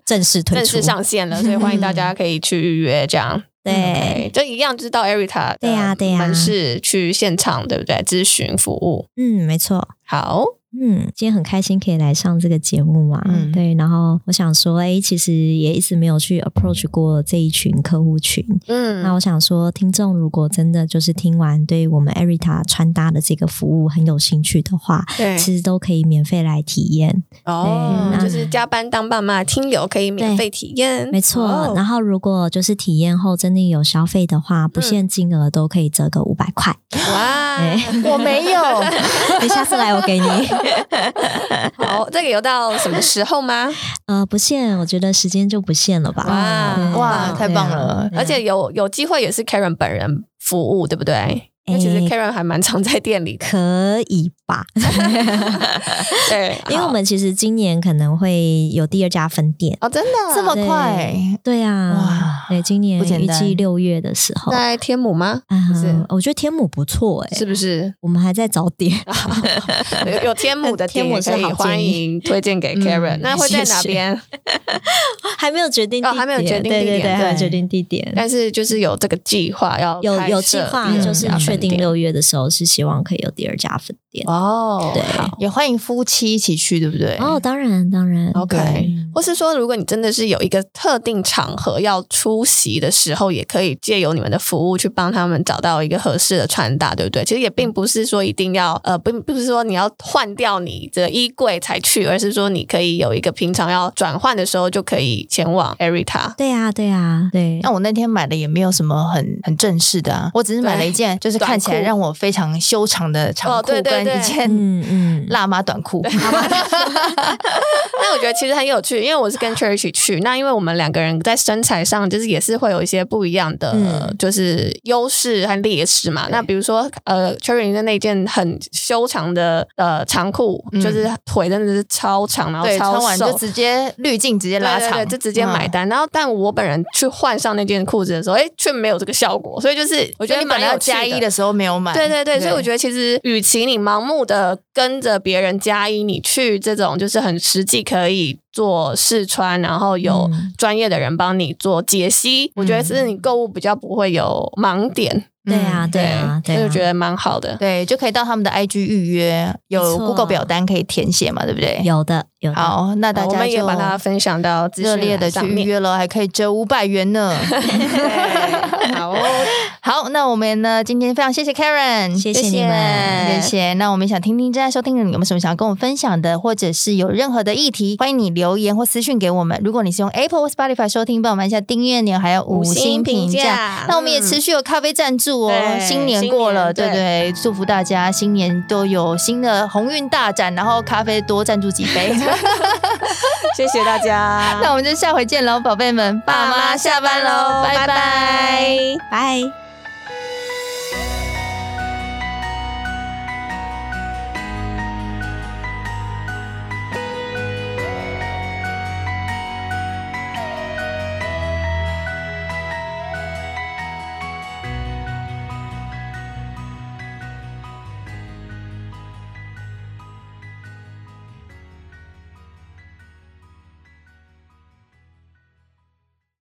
Speaker 3: 正式推
Speaker 2: 正
Speaker 3: 出
Speaker 2: 式，上线了，所以欢迎大家可以去预约这
Speaker 3: (laughs)
Speaker 2: 样。
Speaker 3: 对，
Speaker 2: OK，这一样就是到 Erita
Speaker 3: 对呀对呀
Speaker 2: 门市去现场，对不对？咨询服务。
Speaker 3: 嗯，没错。
Speaker 2: 好，
Speaker 3: 嗯，今天很开心可以来上这个节目嘛。
Speaker 1: 嗯
Speaker 3: 对，然后我想说，哎、其实也一直没有去 approach 过这一群客户群。
Speaker 2: 嗯
Speaker 3: 那我想说，听众如果真的就是听完对我们 Erita 穿搭的这个服务很有兴趣的话，
Speaker 2: 对
Speaker 3: 其实都可以免费来体验。
Speaker 2: 哦
Speaker 3: 对，那
Speaker 2: 就是加班当爸妈的听友可以免费体验，
Speaker 3: 没错。
Speaker 2: 哦嗯
Speaker 3: 然后如果就是体验后真的有消费的话，不限金额都可以折个五百
Speaker 2: (laughs)
Speaker 3: 块。
Speaker 2: 哇，
Speaker 1: 我没有，
Speaker 3: 你下次来我给你。 (laughs)
Speaker 2: 好，这个有到什么时候
Speaker 3: (laughs)
Speaker 2: 吗？
Speaker 3: 呃，不限，我觉得时间就不限了吧。
Speaker 2: 哇
Speaker 3: 对
Speaker 1: 哇太棒了
Speaker 3: 对啊
Speaker 2: 而且有有机会也是 Karen 本人服务，对不对？因为其实
Speaker 3: 诶
Speaker 2: Karen 还蛮常在店里的，
Speaker 3: 可以吧？
Speaker 2: (laughs) 对，
Speaker 3: 因为
Speaker 2: 好
Speaker 3: 我们其实今年可能会有第二家分店。
Speaker 2: 哦，真的
Speaker 1: (laughs)
Speaker 2: 啊
Speaker 1: 这么
Speaker 3: 对
Speaker 1: 快，
Speaker 3: 对啊
Speaker 1: 哇，
Speaker 3: 对，今年
Speaker 1: 不简
Speaker 3: 预
Speaker 1: 单
Speaker 3: 计六月的时候，
Speaker 2: 在天母吗？
Speaker 3: 啊
Speaker 2: 是，
Speaker 3: 我觉得天母不错哎，
Speaker 2: 是啊不是
Speaker 3: 我们还在找点。
Speaker 2: (laughs) 有有天母的
Speaker 3: (laughs) 天
Speaker 2: 店
Speaker 3: 母
Speaker 2: 也
Speaker 3: 是
Speaker 2: 可以
Speaker 3: 好建
Speaker 2: 欢
Speaker 3: 议
Speaker 2: 迎推荐给 Karen？
Speaker 3: 嗯
Speaker 2: 那会在
Speaker 3: 谢
Speaker 2: 哪
Speaker 3: 谢
Speaker 2: 边？
Speaker 3: (laughs) 还没有决定地
Speaker 2: 哦
Speaker 3: 点，
Speaker 2: 还没有决定
Speaker 3: 对对
Speaker 2: 地点
Speaker 3: 对，还没有
Speaker 1: 对
Speaker 3: 决定地点。
Speaker 2: (laughs) 但是就是有这个计划要嗯
Speaker 3: 有
Speaker 2: 开
Speaker 3: 有
Speaker 2: 设
Speaker 3: 计划，
Speaker 2: 第二
Speaker 3: 就是
Speaker 2: 家
Speaker 3: 确
Speaker 2: 分
Speaker 3: 定
Speaker 2: 店
Speaker 3: 六月的时候是希望可以有第二家分店。
Speaker 2: 哦，
Speaker 3: 对
Speaker 2: 好
Speaker 1: 也欢迎夫妻一起去，对不对？
Speaker 3: 哦，当然当然
Speaker 2: ，OK
Speaker 3: 对。
Speaker 2: 或是说，如果你真的是有一个特定场合要出席的时候，也可以借由你们的服务去帮他们找到一个合适的穿搭，对不对？其实也并不是说一定要呃，并不是说你要换掉你的衣柜才去，而是说你可以有一个平常要转换的时候就可以前往 Erita。
Speaker 3: 对啊，对啊，对。
Speaker 1: 那我那天买的也没有什么很很正式的啊，我只是买了一件就是看起来
Speaker 2: 短裤
Speaker 1: 让我非常修长的长
Speaker 2: 哦
Speaker 1: 裤
Speaker 2: 对对
Speaker 1: 跟
Speaker 2: 对
Speaker 1: 一件
Speaker 3: 嗯嗯，
Speaker 1: 辣妈短裤。
Speaker 2: (laughs) 那我觉得其实很有趣，因为我是
Speaker 1: (laughs)
Speaker 2: 跟 Cherry 一起去，那因为我们两个人在身材上就是也是会有一些不一样的，
Speaker 3: 嗯
Speaker 2: 就是优势和劣势嘛。那比如说呃，Cherry 的那件很修长的呃长裤，
Speaker 1: 嗯
Speaker 2: 就是腿真的是超长，然
Speaker 1: (laughs)
Speaker 2: 后
Speaker 1: 对，
Speaker 2: 超
Speaker 1: 穿完
Speaker 2: 瘦
Speaker 1: 就。直接滤镜，直接拉
Speaker 2: 对对
Speaker 1: 长，嗯
Speaker 2: 对就直接买单。然后，但我本人去换上那件裤子的时候，哎，却没有这个效果。所以就是，我
Speaker 1: 我
Speaker 2: 觉
Speaker 1: 觉得
Speaker 2: 得
Speaker 1: 你
Speaker 2: 蛮
Speaker 1: 本来
Speaker 2: 有
Speaker 1: 要
Speaker 2: 趣
Speaker 1: 加一的时候没有买，
Speaker 2: 对对对，所以我觉
Speaker 1: 得
Speaker 2: 得其实，与其你盲目的跟着别人加一，你去这种就是很实际可以做试穿，然后有
Speaker 3: 嗯
Speaker 2: 专业的人帮你做解析，我
Speaker 1: 嗯
Speaker 2: 觉得是你购物比较不会有盲点。
Speaker 3: 对啊，对啊，对
Speaker 2: 所以
Speaker 3: 啊
Speaker 2: 我。觉得蛮好的。
Speaker 1: 对，就可以到他们的 IG 预约，有
Speaker 3: 没错
Speaker 1: Google 表单可以填写嘛，对不对？
Speaker 3: 有的，有的。
Speaker 1: 好，那大
Speaker 2: 好我
Speaker 1: 家
Speaker 2: 们也
Speaker 1: 就
Speaker 2: 把它分享到资
Speaker 1: 热
Speaker 2: 讯
Speaker 1: 烈的
Speaker 2: 栏
Speaker 1: 去
Speaker 2: 上
Speaker 1: 预 (laughs)
Speaker 2: 面。
Speaker 1: 约了，还可以折五百元呢。
Speaker 2: 对好哦，
Speaker 1: 好，那我们呢，今天非常谢 (laughs) 谢 Karen，
Speaker 3: 谢谢你们
Speaker 1: 谢谢。那我们想听听正在收听的你有没有什么想要跟我们分享的，或者是有任何的议题，欢迎你留言或私讯给我们。如果你是用 Apple 或 Spotify 收听，帮我们按下订阅钮，还有五星评
Speaker 2: 五星评
Speaker 1: 价
Speaker 2: 价。嗯
Speaker 1: 那我们也持续有咖啡赞助哦，
Speaker 2: 对
Speaker 1: 新年过了，
Speaker 2: 新
Speaker 1: 对
Speaker 2: 年
Speaker 1: 不对，祝福大家新年都有新的鸿运大展，然后咖啡多赞助几杯。 (laughs)
Speaker 2: 谢谢大家。
Speaker 1: 那我们就下回见喽，宝贝们，爸妈下班喽，拜拜
Speaker 2: 拜
Speaker 3: 拜。